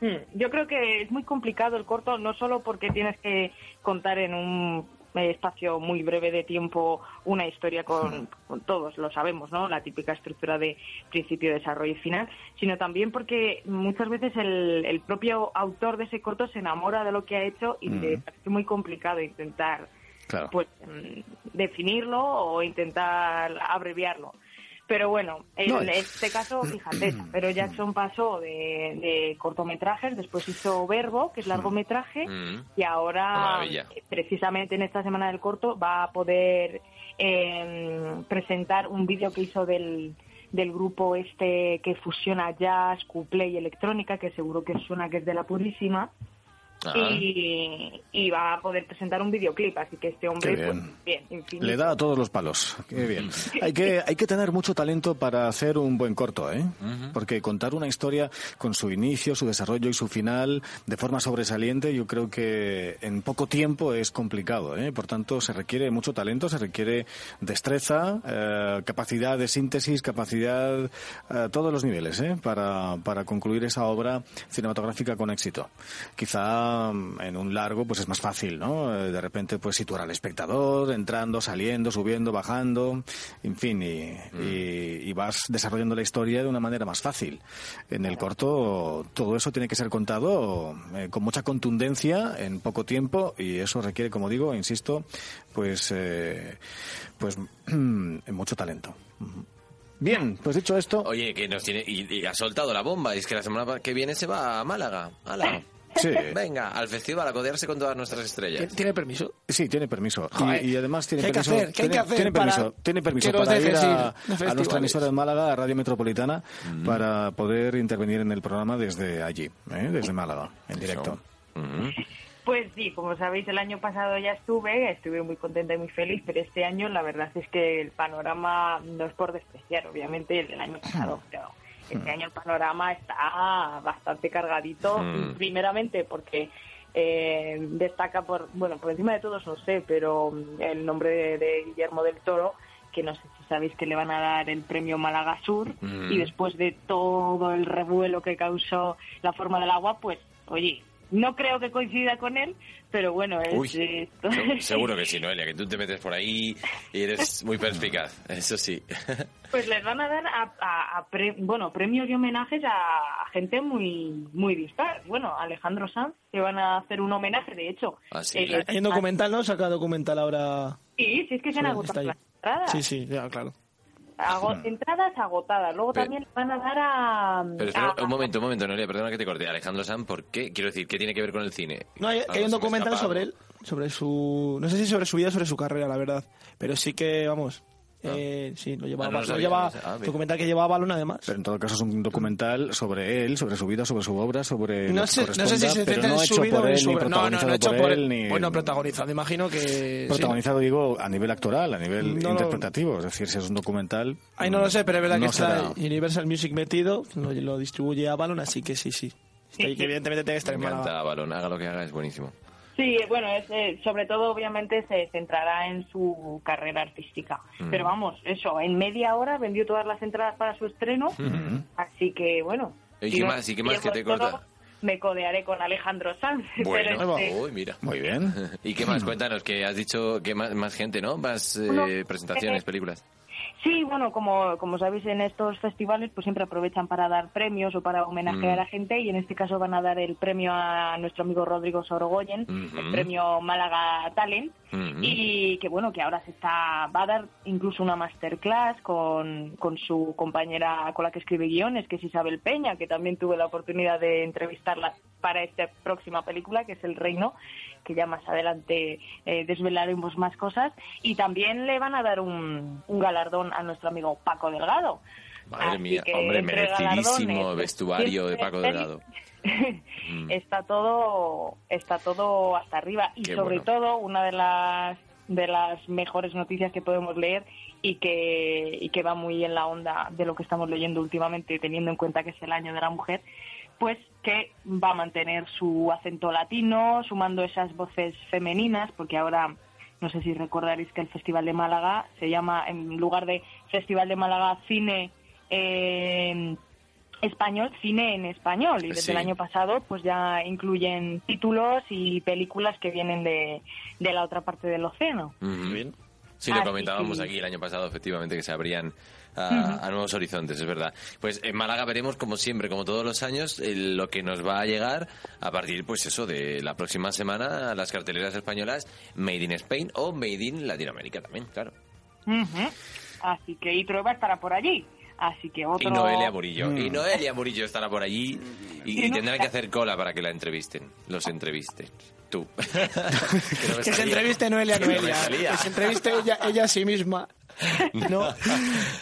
T: Hmm, Yo creo que es muy complicado el corto, no solo porque tienes que contar en un eh, espacio muy breve de tiempo una historia con, con todos, lo sabemos, ¿no? La típica estructura de principio, desarrollo y final, sino también porque muchas veces el, el propio autor de ese corto se enamora de lo que ha hecho y te
A: Mm.
T: parece muy complicado intentar
A: Claro.
T: pues mm, definirlo o intentar abreviarlo. Pero bueno, en
A: No, es-
T: este
A: [clears throat]
T: caso, fíjate, pero Jackson pasó de, de cortometrajes, después hizo Verbo, que es largometraje, y
B: Una
T: ahora,
B: Mm. maravilla.
T: eh, precisamente en esta semana del corto, va a poder eh, presentar un vídeo que hizo del, del grupo este que fusiona jazz, couplé y electrónica, que seguro que os suena que es de la purísima
B: Ah.
T: y, y va a poder presentar un videoclip. Así que este hombre,
A: Qué bien.
T: pues, bien, infinito.
A: Le da a todos los palos. Qué bien. Hay que, hay que tener mucho talento para hacer un buen corto, ¿eh? Porque contar una historia con su inicio, su desarrollo y su final de forma sobresaliente, yo creo que en poco tiempo es complicado, ¿eh? Por tanto, se requiere mucho talento, se requiere destreza, eh, capacidad de síntesis, capacidad a todos los niveles, ¿eh? Para, para concluir esa obra cinematográfica con éxito. Quizá mm, en un largo, pues es más fácil, ¿no? Eh, De repente, pues situar al espectador, entrando, saliendo, subiendo, bajando, en fin, y, y- y vas desarrollando la historia de una manera más fácil. En el corto, todo eso tiene que ser contado eh, con mucha contundencia en poco tiempo y eso requiere, como digo, insisto, pues, eh, pues [clears throat] mucho talento. Ujú. Bien, pues dicho esto,
B: Oye, que nos tiene. Y, y ha soltado la bomba. Y es que la semana pa- que viene se va a Málaga. Ala.
A: Sí.
B: Venga, al festival a codearse con todas nuestras
C: ¿Tiene-
B: estrellas.
C: Eh, ¿Tiene permiso?
A: Sí, tiene permiso. Y-
C: Joder.
A: Y, además tiene
C: ¿Qué hay que
A: permiso.
C: hacer? ¿Qué hay
A: tiene,
C: que hacer
A: tiene
C: para
A: permiso, tiene permiso
C: que nos
A: para ir
C: dejes ir a
A: a, a
C: festivales?
A: nuestra emisora de Málaga, a Radio Metropolitana, para poder intervenir en el programa desde allí, ¿eh? desde Málaga, en directo.
T: Pues sí, como sabéis, el año pasado ya estuve, estuve muy contenta y muy feliz, pero este año la verdad es que el panorama no es por despreciar, obviamente, el del año pasado, pero
K: Mm.
T: este año el panorama está bastante cargadito,
U: Mm.
T: primeramente porque eh, destaca por, bueno, por encima de todos no sé, pero mm, el nombre de, de Guillermo del Toro, que no sé si sabéis que le van a dar el premio Málaga Sur,
V: Mm.
T: y después de todo el revuelo que causó la forma del agua, pues, oye, no creo que coincida con él, pero bueno, es
B: Uy,
T: esto.
B: se- Seguro que sí, Noelia, que tú te metes por ahí y eres muy perspicaz. Eso sí. [laughs]
T: Pues les van a dar a, a- a pre- bueno, premios y homenajes a, a gente muy muy vista. Bueno, a Alejandro Sanz le van a hacer un homenaje, de hecho.
B: Ah,
T: Eh,
C: Hay un documental, ¿no? Saca documental ahora.
T: Sí, sí, es que se han
C: Está
T: agotado
C: ahí.
T: las entradas.
C: Sí, sí, ya, claro.
T: Ago- entradas agotadas. Luego
B: Pero-
T: también le van a dar a...
B: Pero espera,
T: a-
B: un momento, un momento, Noelia, perdona que te corte. Alejandro San, ¿por qué? Quiero decir, ¿qué tiene que ver con el cine?
C: No, hay,
B: Algo
C: hay un
B: se me
C: documental
B: escapa.
C: sobre él, sobre su... No sé si sobre su vida, sobre su carrera, la verdad. Pero sí que, vamos, eh, sí, lo lleva...
A: Ah, no lo
C: lo
A: sabía,
C: lleva-
A: no sé. Ah, bien.
C: documental que lleva Balón, además.
A: Pero en todo caso es un documental sobre él, sobre su vida, sobre su obra, sobre lo
C: No
A: que
C: sé, no sé
A: corresponda,
C: si se
A: pero
C: centra
A: no
C: en su
A: hecho
C: vida
A: por
C: o en
A: él,
C: su
A: ni
C: obra. No, no,
A: protagonizado
C: no hecho por él,
A: ni
C: Bueno, protagonizado, imagino que... sí, ¿no?
A: protagonizado, digo, a nivel actoral, a nivel
C: No lo-
A: interpretativo. Es decir, si es un documental...
C: Ahí no lo sé, pero es verdad
A: no
C: que está
A: será.
C: Universal Music metido, lo, lo distribuye a Balón, así que sí, sí. Está ahí, que evidentemente tiene que estar en
B: Me
C: Málaga.
B: encanta, Balón, haga lo que haga, es buenísimo.
T: Sí, bueno, es, eh, sobre todo obviamente se centrará en su carrera artística.
B: Mm.
T: Pero vamos, eso, en media hora vendió todas las entradas para su estreno,
B: Mm.
T: así que bueno.
B: ¿Y
T: si
B: qué
T: no
B: más? ¿Y qué más
T: llego
B: que te
T: al toro,
B: corta?
T: Me codearé con Alejandro Sanz. pero
B: Bueno,
T: este-
B: uy, mira.
A: Muy bien.
B: ¿Y qué más? Cuéntanos, que has dicho que más, más gente, ¿no? Más eh,
T: No.
B: presentaciones, películas.
T: Sí, bueno, como, como sabéis, en estos festivales pues siempre aprovechan para dar premios o para homenajear
B: Mm.
T: a gente y en este caso van a dar el premio a nuestro amigo Rodrigo Sorogoyen, el
B: Ujú.
T: premio Málaga Talent. Y que bueno, que ahora se está, va a dar incluso una masterclass con, con su compañera con la que escribe guiones, que es Isabel Peña, que también tuve la oportunidad de entrevistarla para esta próxima película, que es El Reino, que ya más adelante eh, desvelaremos más cosas. Y también le van a dar un, un galardón a nuestro amigo Paco Delgado.
B: Madre
T: Así
B: mía,
T: que
B: hombre,
T: entre
B: merecidísimo
T: galardones,
B: vestuario de
T: siempre
B: Paco
T: feliz. [laughs]
B: Delgado. Mm.
T: está todo está todo hasta arriba y
B: Qué
T: sobre
B: bueno.
T: todo una de las de las mejores noticias que podemos leer y que y que va muy en la onda de lo que estamos leyendo últimamente teniendo en cuenta que es el año de la mujer pues que va a mantener su acento latino sumando esas voces femeninas porque ahora no sé si recordaréis que el Festival de Málaga se llama en lugar de Festival de Málaga Cine eh, español, cine en español. Y desde
W: Sí.
T: el año pasado, pues ya incluyen títulos y películas que vienen de, de la otra parte del océano.
B: Sí, lo
T: Así
B: comentábamos
T: que-
B: aquí el año pasado, efectivamente, que se abrían a,
T: Ujú.
B: a nuevos horizontes, es verdad. Pues en Málaga veremos, como siempre, como todos los años, eh, lo que nos va a llegar a partir, pues eso, de la próxima semana a las carteleras españolas Made in Spain o Made in Latinoamérica también, claro.
T: Ujú. Así que y Trueba estará por allí. Así que otro.
B: Y Noelia Murillo.
A: Mm.
B: Y Noelia Murillo estará por allí y, y tendrá que hacer cola para que la entrevisten. Los entrevisten. Tú. [laughs] que no me
A: Pues
C: Que se
B: salía.
C: entreviste
A: [laughs]
C: Noelia,
B: Que no me
C: Noelia.
B: salía.
C: que se entreviste ella, ella a sí misma.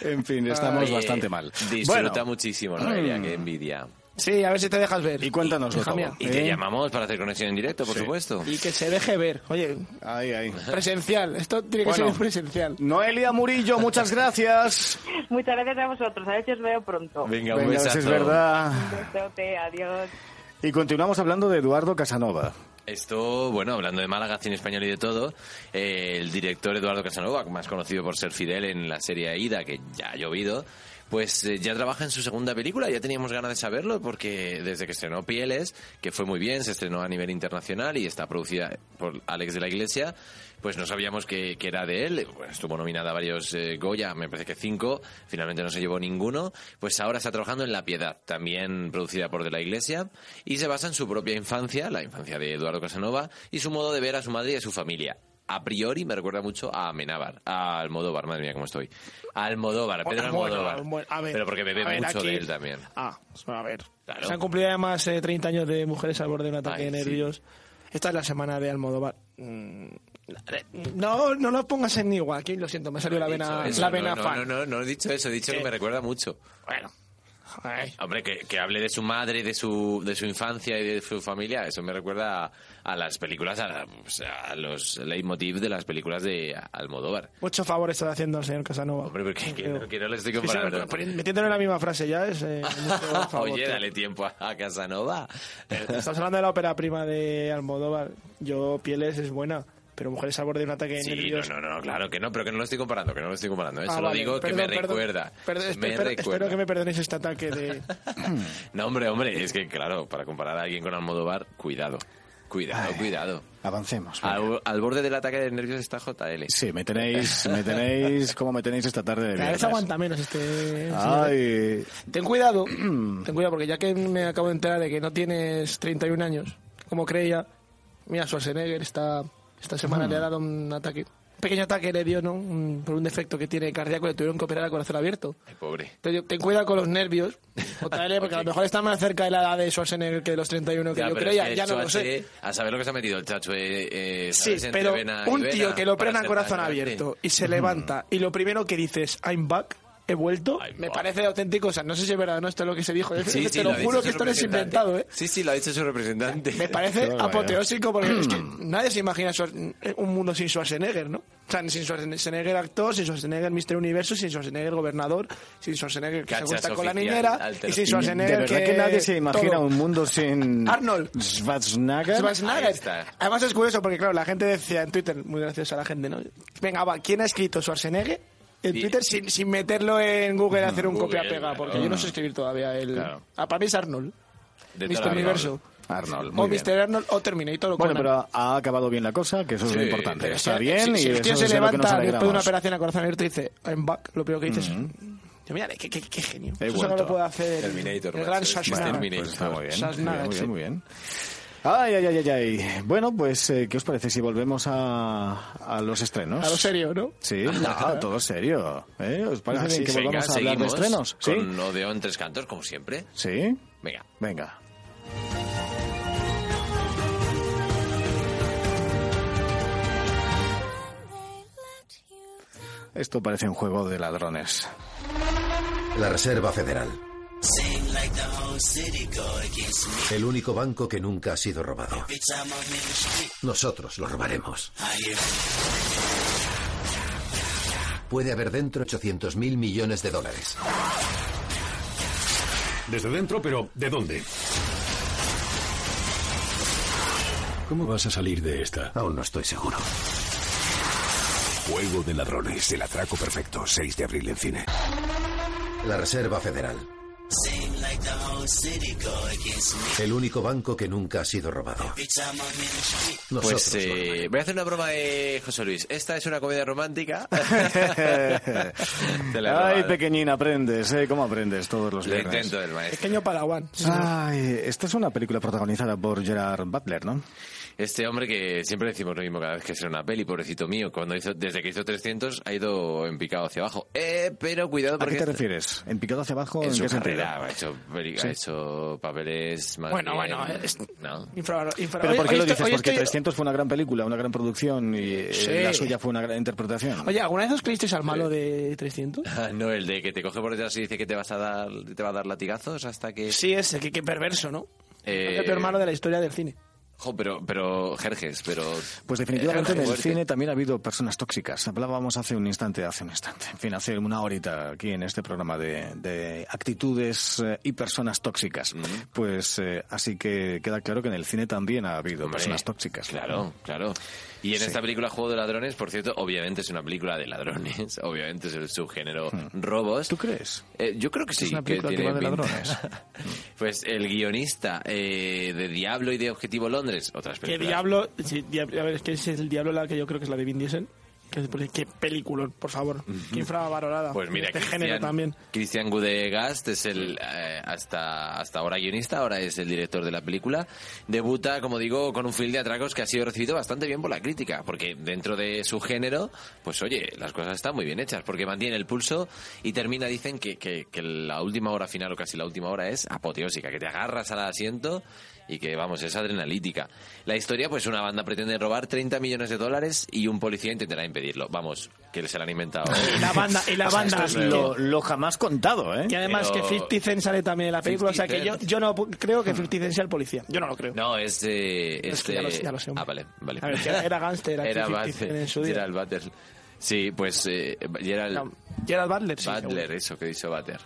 A: En fin, estamos
B: Oye,
A: bastante mal.
B: Disfruta
A: Bueno.
B: muchísimo, Noelia, qué envidia.
C: Sí, a ver si te dejas ver.
A: Y cuéntanos,
C: Hija mía.
B: Y te llamamos para hacer conexión en directo, por
A: ¿Eh? Sí.
B: supuesto.
C: Y que se deje ver. Oye,
A: Ahí, ahí.
C: presencial. Esto tiene que
A: Bueno.
C: ser presencial.
A: [laughs] Noelia Murillo, muchas gracias.
T: Muchas gracias a vosotros. A ver si os veo pronto.
B: Venga,
A: Venga,
B: un
A: a ver si
B: besazo.
A: es verdad.
T: Un besote, adiós.
A: Y continuamos hablando de Eduardo Casanova.
B: Esto, bueno, hablando de Málaga, cine español y de todo, eh, el director Eduardo Casanova, más conocido por ser Fidel en la serie Aida, que ya ha llovido, pues eh, ya trabaja en su segunda película, ya teníamos ganas de saberlo porque desde que estrenó Pieles, que fue muy bien, se estrenó a nivel internacional y está producida por Alex de la Iglesia, pues no sabíamos que, que era de él, Bueno, estuvo nominada a varios eh, Goya, me parece que cinco, finalmente no se llevó ninguno, pues ahora está trabajando en La Piedad, también producida por De la Iglesia, y se basa en su propia infancia, la infancia de Eduardo Casanova, y su modo de ver a su madre y a su familia. A priori me recuerda mucho a Amenábar, a Almodóvar, madre mía cómo estoy. A Almodóvar, a Pedro
C: Bueno,
B: Almodóvar.
C: bueno, a ver,
B: pero porque bebe
C: a ver,
B: mucho
C: aquí-
B: de él también.
C: Ah, a ver.
B: Claro.
C: Se han cumplido además eh, 30 años de mujeres al borde de un ataque
B: Ay,
C: de
B: sí.
C: nervios. Esta es la semana de Almodóvar. Mm, No, no lo pongas en igual. Aquí lo siento, me salió la vena,
B: Eso,
C: la
B: no,
C: vena
B: no,
C: fan. Eh,
B: no, no, no he dicho eso, he dicho que me recuerda mucho.
C: Bueno. Ay.
B: Hombre, que, que hable de su madre, de su, de su infancia y de su familia, eso me recuerda a, a las películas, a, la- o sea, a los leitmotiv de las películas de Almodóvar.
C: Mucho favor está haciendo el señor Casanova.
B: Hombre, porque que no, que no le estoy
C: Sí, sí,
B: comparando.
C: poni- metiéndolo en la misma frase ya
B: [laughs]
C: es eh, mucho favor,
B: Oye,
C: tío.
B: dale tiempo a, a Casanova.
C: Estamos hablando de la ópera prima de Almodóvar. Yo, Pieles es buena, pero Mujeres al borde de un ataque de
B: Sí, no,
C: nervios.
B: no, no, claro que no, pero que no lo estoy comparando, que no lo estoy comparando. ¿eh?
C: Ah,
B: Solo
C: vale,
B: digo que me
C: perdón, perdón.
B: recuerda.
C: Perdón, espe-
B: me
C: espero-
B: recuerda.
C: espero que me perdonéis este
B: [laughs]
C: ataque de...
B: No, hombre, hombre, es que claro, para comparar a alguien con Almodóvar, cuidado. Cuidado, cuidado.
A: Avancemos.
C: Ah,
B: Al, al borde del ataque de nervios está JL.
A: Sí, me tenéis, me tenéis como me tenéis esta tarde de
C: Cada
A: viernes.
C: vez aguanta menos este...
A: Ay,
C: Ten cuidado, [clears throat] ten cuidado, porque ya que me acabo de enterar de que no tienes 31 años, como creía, mira, Schwarzenegger esta, esta semana
A: Mm.
C: le ha dado un ataque, un pequeño ataque le dio, ¿no? Un- por un defecto que tiene cardíaco, le tuvieron que operar a corazón abierto.
B: Ay, pobre.
C: Te- Ten, cuidado con los nervios, JL, porque a lo mejor está más cerca de la edad de Schwarzenegger que de los 31 que
B: Ya,
C: yo
B: pero
C: creía,
B: es que
C: ya no lo
B: Chacho
C: sé.
B: hace- A saber lo que se ha metido el chacho. eh, eh,
C: Sí,
B: ¿sabes? Entre
C: pero
B: vena y
C: un
B: vena
C: tío que lo
B: para
C: operan a
B: ser
C: corazón
B: tan grande.
C: abierto y se levanta y lo primero que dice es I'm back, he vuelto, me parece auténtico, o sea, no sé si es verdad o no, esto es lo que se dijo, Es-
B: Sí, sí,
C: [laughs] te lo,
B: ha dicho
C: juro
B: su
C: que esto no es
B: representante.
C: inventado, ¿eh?
B: Sí, sí, lo ha dicho su representante.
C: Me parece
B: Qué barbaridad.
C: apoteósico
B: [clears throat]
C: porque es que nadie se imagina Schwar- un mundo sin Schwarzenegger, ¿no? O sea, sin Schwarzenegger actor, sin Schwarzenegger Mister Universo, sin Schwarzenegger gobernador, sin Schwarzenegger que
B: Cachas
C: se gusta con la
B: oficial,
C: niñera
B: altero.
C: y sin
A: de
C: Schwarzenegger
A: verdad que, nadie se imagina
C: todo.
A: un mundo sin
C: Arnold.
A: Schwarzenegger.
C: Schwarzenegger. Además es curioso porque, claro, la gente decía en Twitter, muy graciosa la gente, ¿no? Venga, va, ¿quién ha escrito Schwarzenegger? En
B: Sí.
C: Twitter sin, sin meterlo en Google hacer un
B: Google,
C: copia-pega, porque
B: claro.
C: yo no sé escribir todavía el...
A: Claro.
C: Ah, para mí es Arnold.
B: De
C: Mr.
B: toda la vida.
C: Universo.
A: Arnold, muy
C: O
A: bien.
C: Mr. Arnold o Terminator o
A: Bueno,
C: Conan.
A: pero ha acabado bien la cosa, que eso es lo
B: Sí,
A: importante.
B: pero
A: Está
C: Si-
A: bien
C: si, si
A: y
C: el tío
A: eso
C: se
A: es de lo que nos
C: levanta después de una
A: alegramos.
C: operación a corazón abierto y dice I'm back, lo primero que dices es, "Yo, mira, qué, qué- qué genio.
A: He
C: Eso solo
A: vuelto.
C: lo puede hacer
B: Terminator,
C: el
B: macho,
C: gran
B: es
C: Schwarzenegger.
B: Terminator.
A: Pues está muy bien,
C: Sas
A: muy
C: nada,
A: bien, muy
C: sí.
A: bien, muy bien. Ay, ay, ay, ay, ay. Bueno, pues, eh, ¿qué os parece si volvemos a, a los e- estrenos?
C: A lo serio,
B: [laughs]
C: ¿no?
A: Sí, no, todo serio. ¿eh? ¿Os parece
B: Ah,
A: bien
B: sí,
A: que
B: venga,
A: volvamos a hablar de
B: seguimos
A: estrenos? ¿Sí?
B: Con Odeón Tres Cantos, como siempre.
A: ¿Sí?
B: Venga. pues,
A: Venga. Esto parece un juego de ladrones.
U: La Reserva Federal, el único banco que nunca ha sido robado. Nosotros lo robaremos. Puede haber dentro 800 mil millones de dólares.
V: Desde dentro, pero ¿de dónde?
G: ¿Cómo vas a salir de esta?
U: Aún no estoy seguro.
V: Juego de ladrones, el atraco perfecto, 6 de abril en cine.
U: La Reserva Federal, el único banco que nunca ha sido robado. Nosotros
B: Pues eh, voy a hacer una broma de José Luis. Esta es una comedia
C: [laughs]
B: romántica. [laughs] Te la he
A: Ay,
B: robado.
A: pequeñín, aprendes, ¿eh? ¿Cómo aprendes todos los
B: Lo
A: viernes?
B: intento del maestro.
A: Ah.
C: Pequeño Padawan. Sí, señor.
A: Ay, esta es una película protagonizada por Gerard Butler, ¿no?
B: Este hombre que siempre decimos lo mismo cada vez que sale una peli, pobrecito mío, cuando hizo, desde que hizo 300 ha ido en picado hacia abajo. Eh, pero cuidado
A: ¿A
B: porque...
A: qué te
B: este-
A: refieres? ¿En picado hacia abajo?
B: en
A: ¿En
B: su
A: qué sentido?
B: carrera ha hecho, peli-
A: Sí.
B: ha hecho papeles más
C: Bueno,
B: bien-
C: bueno, es-
B: ¿no? [laughs]
C: Infra- infra-
A: ¿Pero
C: Oye,
A: por qué
C: hoy
A: lo
C: estoy-
A: dices?
C: hoy
A: Porque
C: estoy-
A: 300 fue una gran película, una gran producción y eh,
C: Sí.
A: la suya fue una gran interpretación.
C: Oye, ¿alguna vez os creísteis al malo de 300?
B: Ah, No, el de que te coge por detrás y dice que te vas a dar, te va a dar latigazos hasta que...
C: Sí, ese, que, que perverso, ¿no?
B: Eh,
C: El peor malo de la historia del cine.
B: jo, pero, pero, Jerjes, pero...
A: Pues definitivamente
B: Eh,
A: en el
B: fuerte.
A: cine también ha habido personas tóxicas. Hablábamos hace un instante, hace un instante, en fin, hace una horita aquí en este programa de, de actitudes eh, y personas tóxicas. Pues eh, así que queda claro que en el cine también ha habido
B: Hombre,
A: personas tóxicas.
B: Claro, claro. Y en
A: Sí.
B: esta película Juego de Ladrones, por cierto, obviamente es una película de ladrones, [laughs] obviamente es el subgénero robos. ¿Tú
A: Hmm. crees?
B: yo creo que sí.
A: Es una película que
B: tiene
A: va de
B: pinta.
A: ladrones.
B: [laughs] pues el guionista eh, de Diablo y de Objetivo Londres, otras
C: Que
B: películas.
C: diablo. sí, dia- a ver, es que es el diablo la que yo creo que es la de Vin Diesel. Que, porque- qué película, por favor. Qué infravalorada.
B: Pues mira,
C: este
B: Christian-
C: género también.
B: Christian Gudegast es el eh, hasta, hasta ahora guionista, ahora es el director de la película. Debuta, como digo, con un film de atracos que ha sido recibido bastante bien por la crítica, porque dentro de su género, pues oye, las cosas están muy bien hechas, porque mantiene el pulso y termina, dicen que, que- que la última hora final o casi la última hora es apoteósica, que te agarras al asiento y que vamos, es adrenalítica. La historia, pues una banda pretende robar 30 millones de dólares y un policía intentará impedirlo. Vamos, que se la han inventado.
C: La banda, y la
A: O sea,
C: banda. eh.
A: esto es lo, lo jamás contado, ¿eh?
C: Y además
B: Pero-
C: que 50 Cent sale también en la película. O sea que
B: 50
C: yo,
B: Cent.
C: yo no pu- creo que 50 Cent sea el policía. Yo no lo creo.
B: No, es de.
C: Es
B: es
C: que ya lo
B: de-
C: sé, ya lo sé, hombre.
B: Ah, vale, vale.
C: A ver, que era gángster
B: [laughs]
C: aquí,
B: Era
C: 50 Cent en su
B: Butler.
C: día.
B: Gerald Butler. Sí, pues. Eh, Gerald,
C: No, Gerald Butler, sí.
B: Butler,
C: seguro.
B: eso que dice Butler.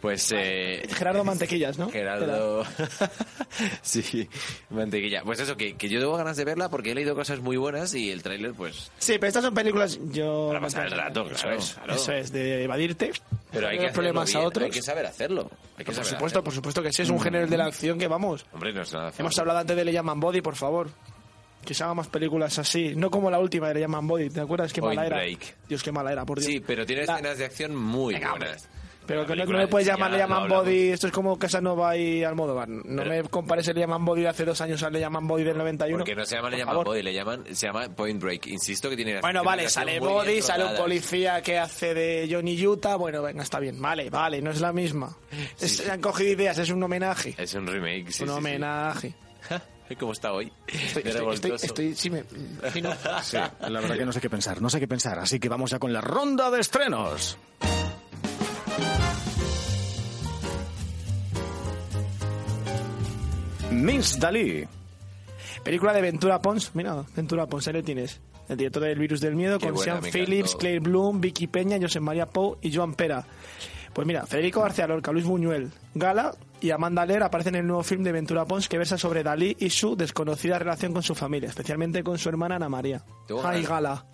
B: Pues. Eh,
C: Gerardo Mantequillas, ¿no?
B: Gerardo. [laughs] sí, mantequilla. Pues eso, que, que yo tengo ganas de verla porque he leído cosas muy buenas y el tráiler, pues.
C: Sí, pero estas son películas. Yo.
B: Para pasar el rato,
C: Eso
B: claro,
C: es,
B: claro.
C: Eso es, de evadirte.
B: Pero hay
C: dar
B: que hacerlo
C: problemas
B: bien,
C: a otros.
B: Hay que saber hacerlo. Hay que
C: Por
B: saber
C: supuesto,
B: hacerlo. Mm.
C: por supuesto que sí, es un género de la acción que vamos.
B: Hombre, no es nada fácil.
C: Hemos hablado antes de Le Llaman Body, por favor. Que se hagan más películas así. No como la última de Le Llaman Body, ¿te acuerdas? Qué
B: Point
C: mala era.
B: Break.
C: Dios, qué mala era, por Dios.
B: Sí, pero tiene
C: La-
B: escenas de acción muy buenas.
C: Pero que no, no
B: película
C: me puedes
B: ya
C: llamar Le
B: lo
C: Llaman
B: hablamos.
C: Body, esto es como Casanova y Almodóvar. No me compares el Le Llaman Body de hace dos años al Le Llaman Body del 91.
B: Porque no se llama, le
C: Por
B: llaman
C: favor.
B: body, le llaman, se llama point break. Insisto que tiene...
C: Bueno,
B: [laughs]
C: vale, sale Body, sale un
B: policía
C: policía que hace de Johnny Utah. Bueno, venga, está bien. Vale, vale, no es la misma. Es- Han cogido ideas, es un homenaje.
B: Es un remake, Eh, sí.
C: un
B: sí, sí.
C: homenaje.
B: ¿Cómo está hoy?
C: Estoy,
B: De
C: estoy, estoy,
B: revoltoso.
C: estoy- sí, me imagino.
A: Sí, la verdad que no sé qué pensar, no sé qué pensar. Así que vamos ya con la ronda de estrenos. Miss Dalí.
C: Película de Ventura Pons. Mira, Ventura Pons, ahí le tienes. El director del Virus del Miedo,
B: Qué
C: con
B: buena,
C: Sean
B: me
C: Phillips,
B: encantó.
C: Claire Bloom, Vicky Peña, José María Pou y Joan Pera. Pues mira, Federico García Lorca, Luis Buñuel, Gala y Amanda Lear aparecen en el nuevo film de Ventura Pons que versa sobre Dalí y su desconocida relación con su familia, especialmente con su hermana Ana María.
B: Tengo
C: Ay,
B: ganas.
C: Gala.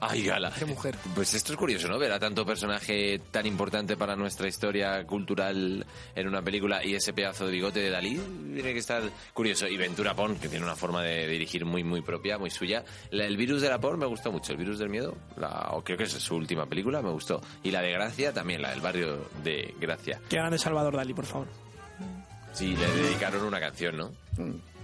B: Ay, gala.
C: Qué mujer.
B: Pues esto es curioso, ¿no? Ver a tanto personaje tan importante para nuestra historia cultural en una película y ese pedazo de bigote de Dalí tiene que estar curioso. Y Ventura Pon, que tiene una forma de dirigir muy, muy propia, muy suya. La- el virus de la Pon me gustó mucho. El virus del miedo, la, o creo que es su última película, me gustó. Y la de Gracia también, la del barrio de Gracia.
C: Que hagan de Salvador Dalí, por favor.
B: Sí, le dedicaron una canción, ¿no?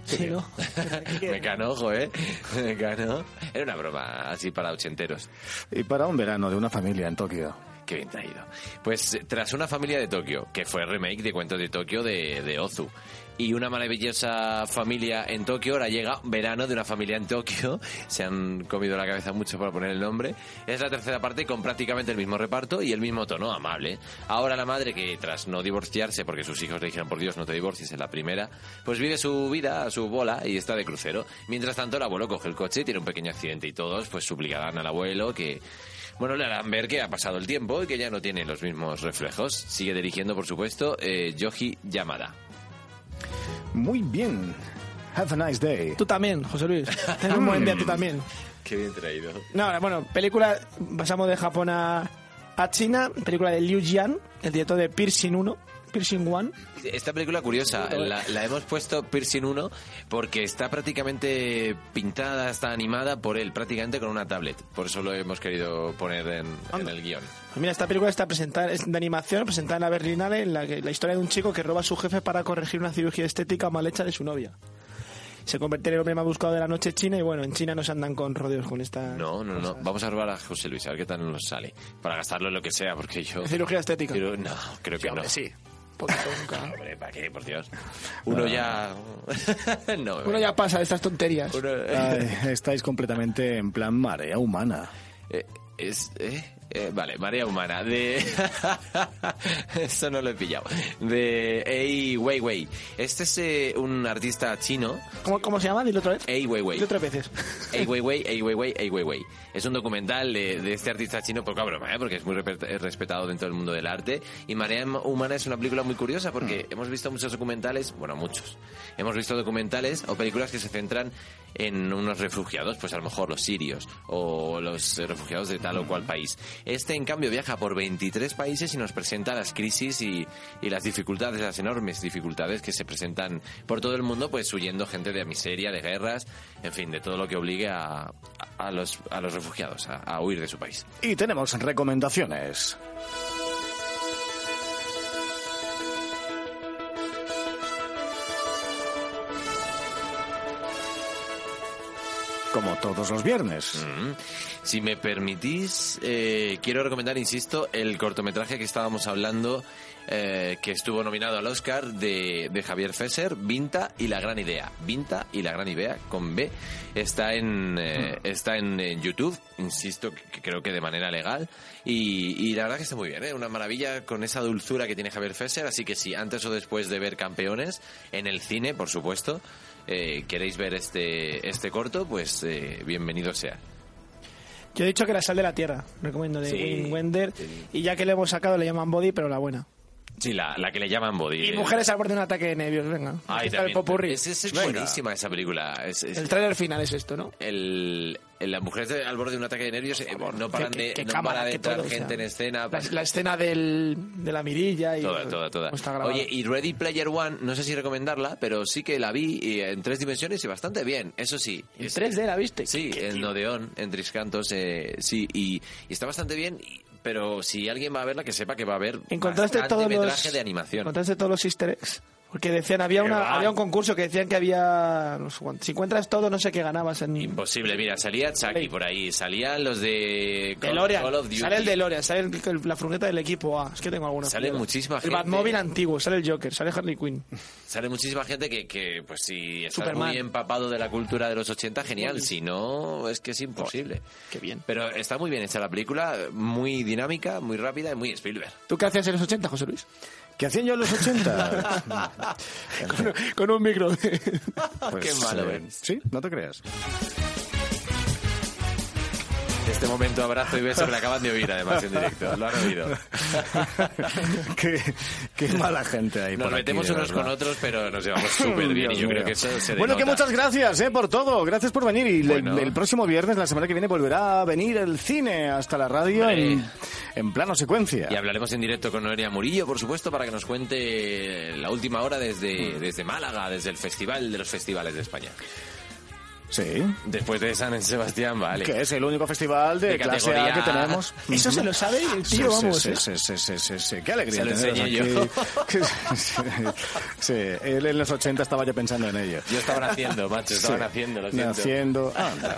C: Sí, ¿no?
B: [laughs] Me cano, ojo, ¿eh? Me cano. Era una broma así para ochenteros.
A: Y para un verano de una familia en Tokio.
B: Qué bien traído. Pues eh, tras una familia de Tokio, que fue remake de Cuentos de Tokio de, de Ozu, y una maravillosa familia en Tokio, ahora llega verano de una familia en Tokio, [laughs] se han comido la cabeza mucho para poner el nombre, es la tercera parte con prácticamente el mismo reparto y el mismo tono amable. Ahora la madre que tras no divorciarse, porque sus hijos le dijeron por Dios no te divorcies en la primera, pues vive su vida a su bola y está de crucero. Mientras tanto el abuelo coge el coche, tiene un pequeño accidente y todos pues suplicarán al abuelo que bueno, le harán ver que ha pasado el tiempo y que ya no tiene los mismos reflejos. Sigue dirigiendo, por supuesto, eh, Yoji Yamada.
A: Muy bien. Have a nice day.
C: Tú también, José Luis. Ten un buen día tú también.
B: Qué bien traído.
C: No, bueno, película, pasamos de Japón a, a China, película de Liu Jian, el director de Piercing 1, Piercing 1.
B: Esta película curiosa, la, la hemos puesto Piercing 1 porque está prácticamente pintada, está animada por él, prácticamente con una tablet. Por eso lo hemos querido poner en, en el guión.
C: Pues mira, esta película está presentada, es de animación, presentada en la Berlinale, en la, que, la historia de un chico que roba a su jefe para corregir una cirugía estética mal hecha de su novia. se convierte en el hombre más buscado de la noche china y bueno, en China no se andan con rodeos con esta...
B: No, no, no. Vamos a robar a José Luis, a ver qué tal nos sale. Para gastarlo en lo que sea, porque yo.
C: [laughs] Cirugía estética.
B: Quiero- no, creo que no.
C: sí. Ah.
B: Hombre, ¿para qué? Por Dios. Uno ya. [laughs] no,
C: Uno ya Ah, pasa de estas tonterías.
A: Ay, estáis completamente en plan marea humana.
B: Eh, es, eh, eh, vale, marea humana. De... [laughs] Eso no lo he pillado. De Ei Weiwei. Este es eh, un artista chino.
C: ¿Cómo, cómo se llama? Dilo otra vez.
B: Ei Weiwei.
C: Dilo tres veces.
B: Ei Weiwei, Ei Weiwei, Ei Weiwei. Es un documental de, de este artista chino, poca broma, ¿eh? porque es muy repet- eh, respetado dentro del mundo del arte. Y Marea Humana es una película muy curiosa porque hemos visto muchos documentales, bueno, muchos. Hemos visto documentales o películas que se centran en unos refugiados, pues a lo mejor los sirios o los eh, refugiados de tal o cual país. Este, en cambio, viaja por 23 países y nos presenta las crisis y, y las dificultades, las enormes dificultades que se presentan por todo el mundo, pues huyendo gente de miseria, de guerras, en fin, de todo lo que obligue a, a los, a los refugiados a, a huir de su país.
A: Y tenemos recomendaciones. Como todos los viernes.
B: Mm. Si me permitís, eh, quiero recomendar, insisto, el cortometraje que estábamos hablando, eh, que estuvo nominado al Oscar de, de Javier Fesser, Vinta y la Gran Idea. Vinta y la Gran Idea, con B. Está en, eh, está en, eh, YouTube, insisto, que- que creo que de manera legal. Y, y la verdad que está muy bien, ¿eh? una maravilla con esa dulzura que tiene Javier Fesser. Así que si antes o después de ver Campeones, en el cine, por supuesto, eh, queréis ver este, este corto, pues eh, bienvenido sea.
C: Yo he dicho que la sal de la tierra, recomiendo de
B: Sí.
C: Wim Wender. Y ya que le hemos sacado, le llaman Body, pero la buena.
B: Sí, la, la que le llaman Body.
C: Y
B: eh.
C: mujeres al borde de un ataque de nervios, venga.
B: Ay,
C: Aquí está el
B: también.
C: popurrí.
B: Es, es
C: Venga.
B: buenísima esa película. Es, es-
C: El tráiler final es esto, ¿no?
B: el- el- las mujeres de- al borde de un ataque de nervios eh, no paran
C: qué- qué-
B: de,
C: qué
B: no
C: cámara,
B: para de
C: qué
B: entrar
C: todo, o sea.
B: gente en escena. pues-
C: La, la escena del, de la mirilla y...
B: Toda, toda, toda.
C: cómo está grabado.
B: Oye, y Ready Player One, no sé si recomendarla, pero sí que la vi y en tres dimensiones y bastante bien, eso sí.
C: ¿En
B: Es-
C: 3D la viste?
B: Sí, en Odeón, en Triscantos, eh, sí, y, y está bastante bien, y- pero si alguien va a verla, que sepa que va a ver
C: Encontraste
B: bastante
C: todos
B: metraje
C: los...
B: de animación.
C: Encontraste todos los easter eggs. Porque decían, había,
B: Qué
C: una,
B: va.
C: había un concurso que decían que había... no sé cuánto, si encuentras todo, no sé qué ganabas en...
B: Imposible, mira, salía Chucky por ahí, salían los de Call,
C: DeLorean.
B: Call of Duty.
C: Sale el DeLorean, sale el- el- la furgoneta del equipo A. Es que tengo alguna.
B: Sale
C: mierda.
B: muchísima
C: el
B: gente.
C: Batmóvil antiguo, sale el Joker, sale Harley [laughs] Quinn.
B: Sale muchísima gente que, que, pues si estás
C: Superman.
B: muy empapado de la cultura de los 80, genial, si no, es que es imposible.
C: Qué bien.
B: Pero está muy bien hecha la película, muy dinámica, muy rápida y muy Spielberg.
C: ¿Tú qué hacías en los 80, José Luis?
A: ¿Qué hacían yo en los 80?
C: con, [laughs] con un micro.
B: [laughs] Qué malo
A: eh,
B: eres.
A: Sí, no te
B: [laughs]
A: creas. [laughs]
B: Este momento abrazo y beso que le acaban de oír además en directo, lo han oído.
A: qué, qué mala gente hay.
B: Nos
A: por aquí,
B: metemos
A: de
B: unos
A: verdad.
B: con otros, pero nos llevamos súper bien y
A: Dios
B: yo creo
A: mío.
B: que eso se
A: Bueno, que
B: denota.
A: muchas gracias eh, por todo. Gracias por venir. Y le- el próximo viernes, la semana que viene, volverá a venir el cine hasta la radio en, en plano secuencia.
B: Y hablaremos en directo con Noelia Murillo, por supuesto, para que nos cuente la última hora desde, desde Málaga, desde el Festival de los Festivales de España.
A: Sí.
B: Después de San Sebastián, vale.
A: Que es el único festival de,
B: De
A: clase A que
B: categoría.
A: tenemos.
C: Eso se lo sabe el
A: Sí,
C: tío,
A: sí,
C: vamos.
A: sí,
C: ¿eh?
A: sí, sí, sí, sí, sí. Qué alegría
B: Se lo
A: teneros
B: enseñé
A: aquí.
B: yo.
A: Que- [laughs] sí, sí, él en los 80 estaba ya pensando en ello.
B: Yo estaba naciendo, macho, estaba naciendo, lo siento.
A: Naciendo. Anda.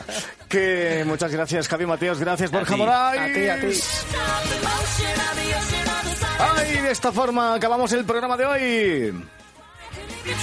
A: Que muchas gracias, Javi Mateos. Gracias, Borja
B: ti.
A: Moray.
B: A ti, a ti.
A: Ay, de esta forma acabamos el programa de hoy.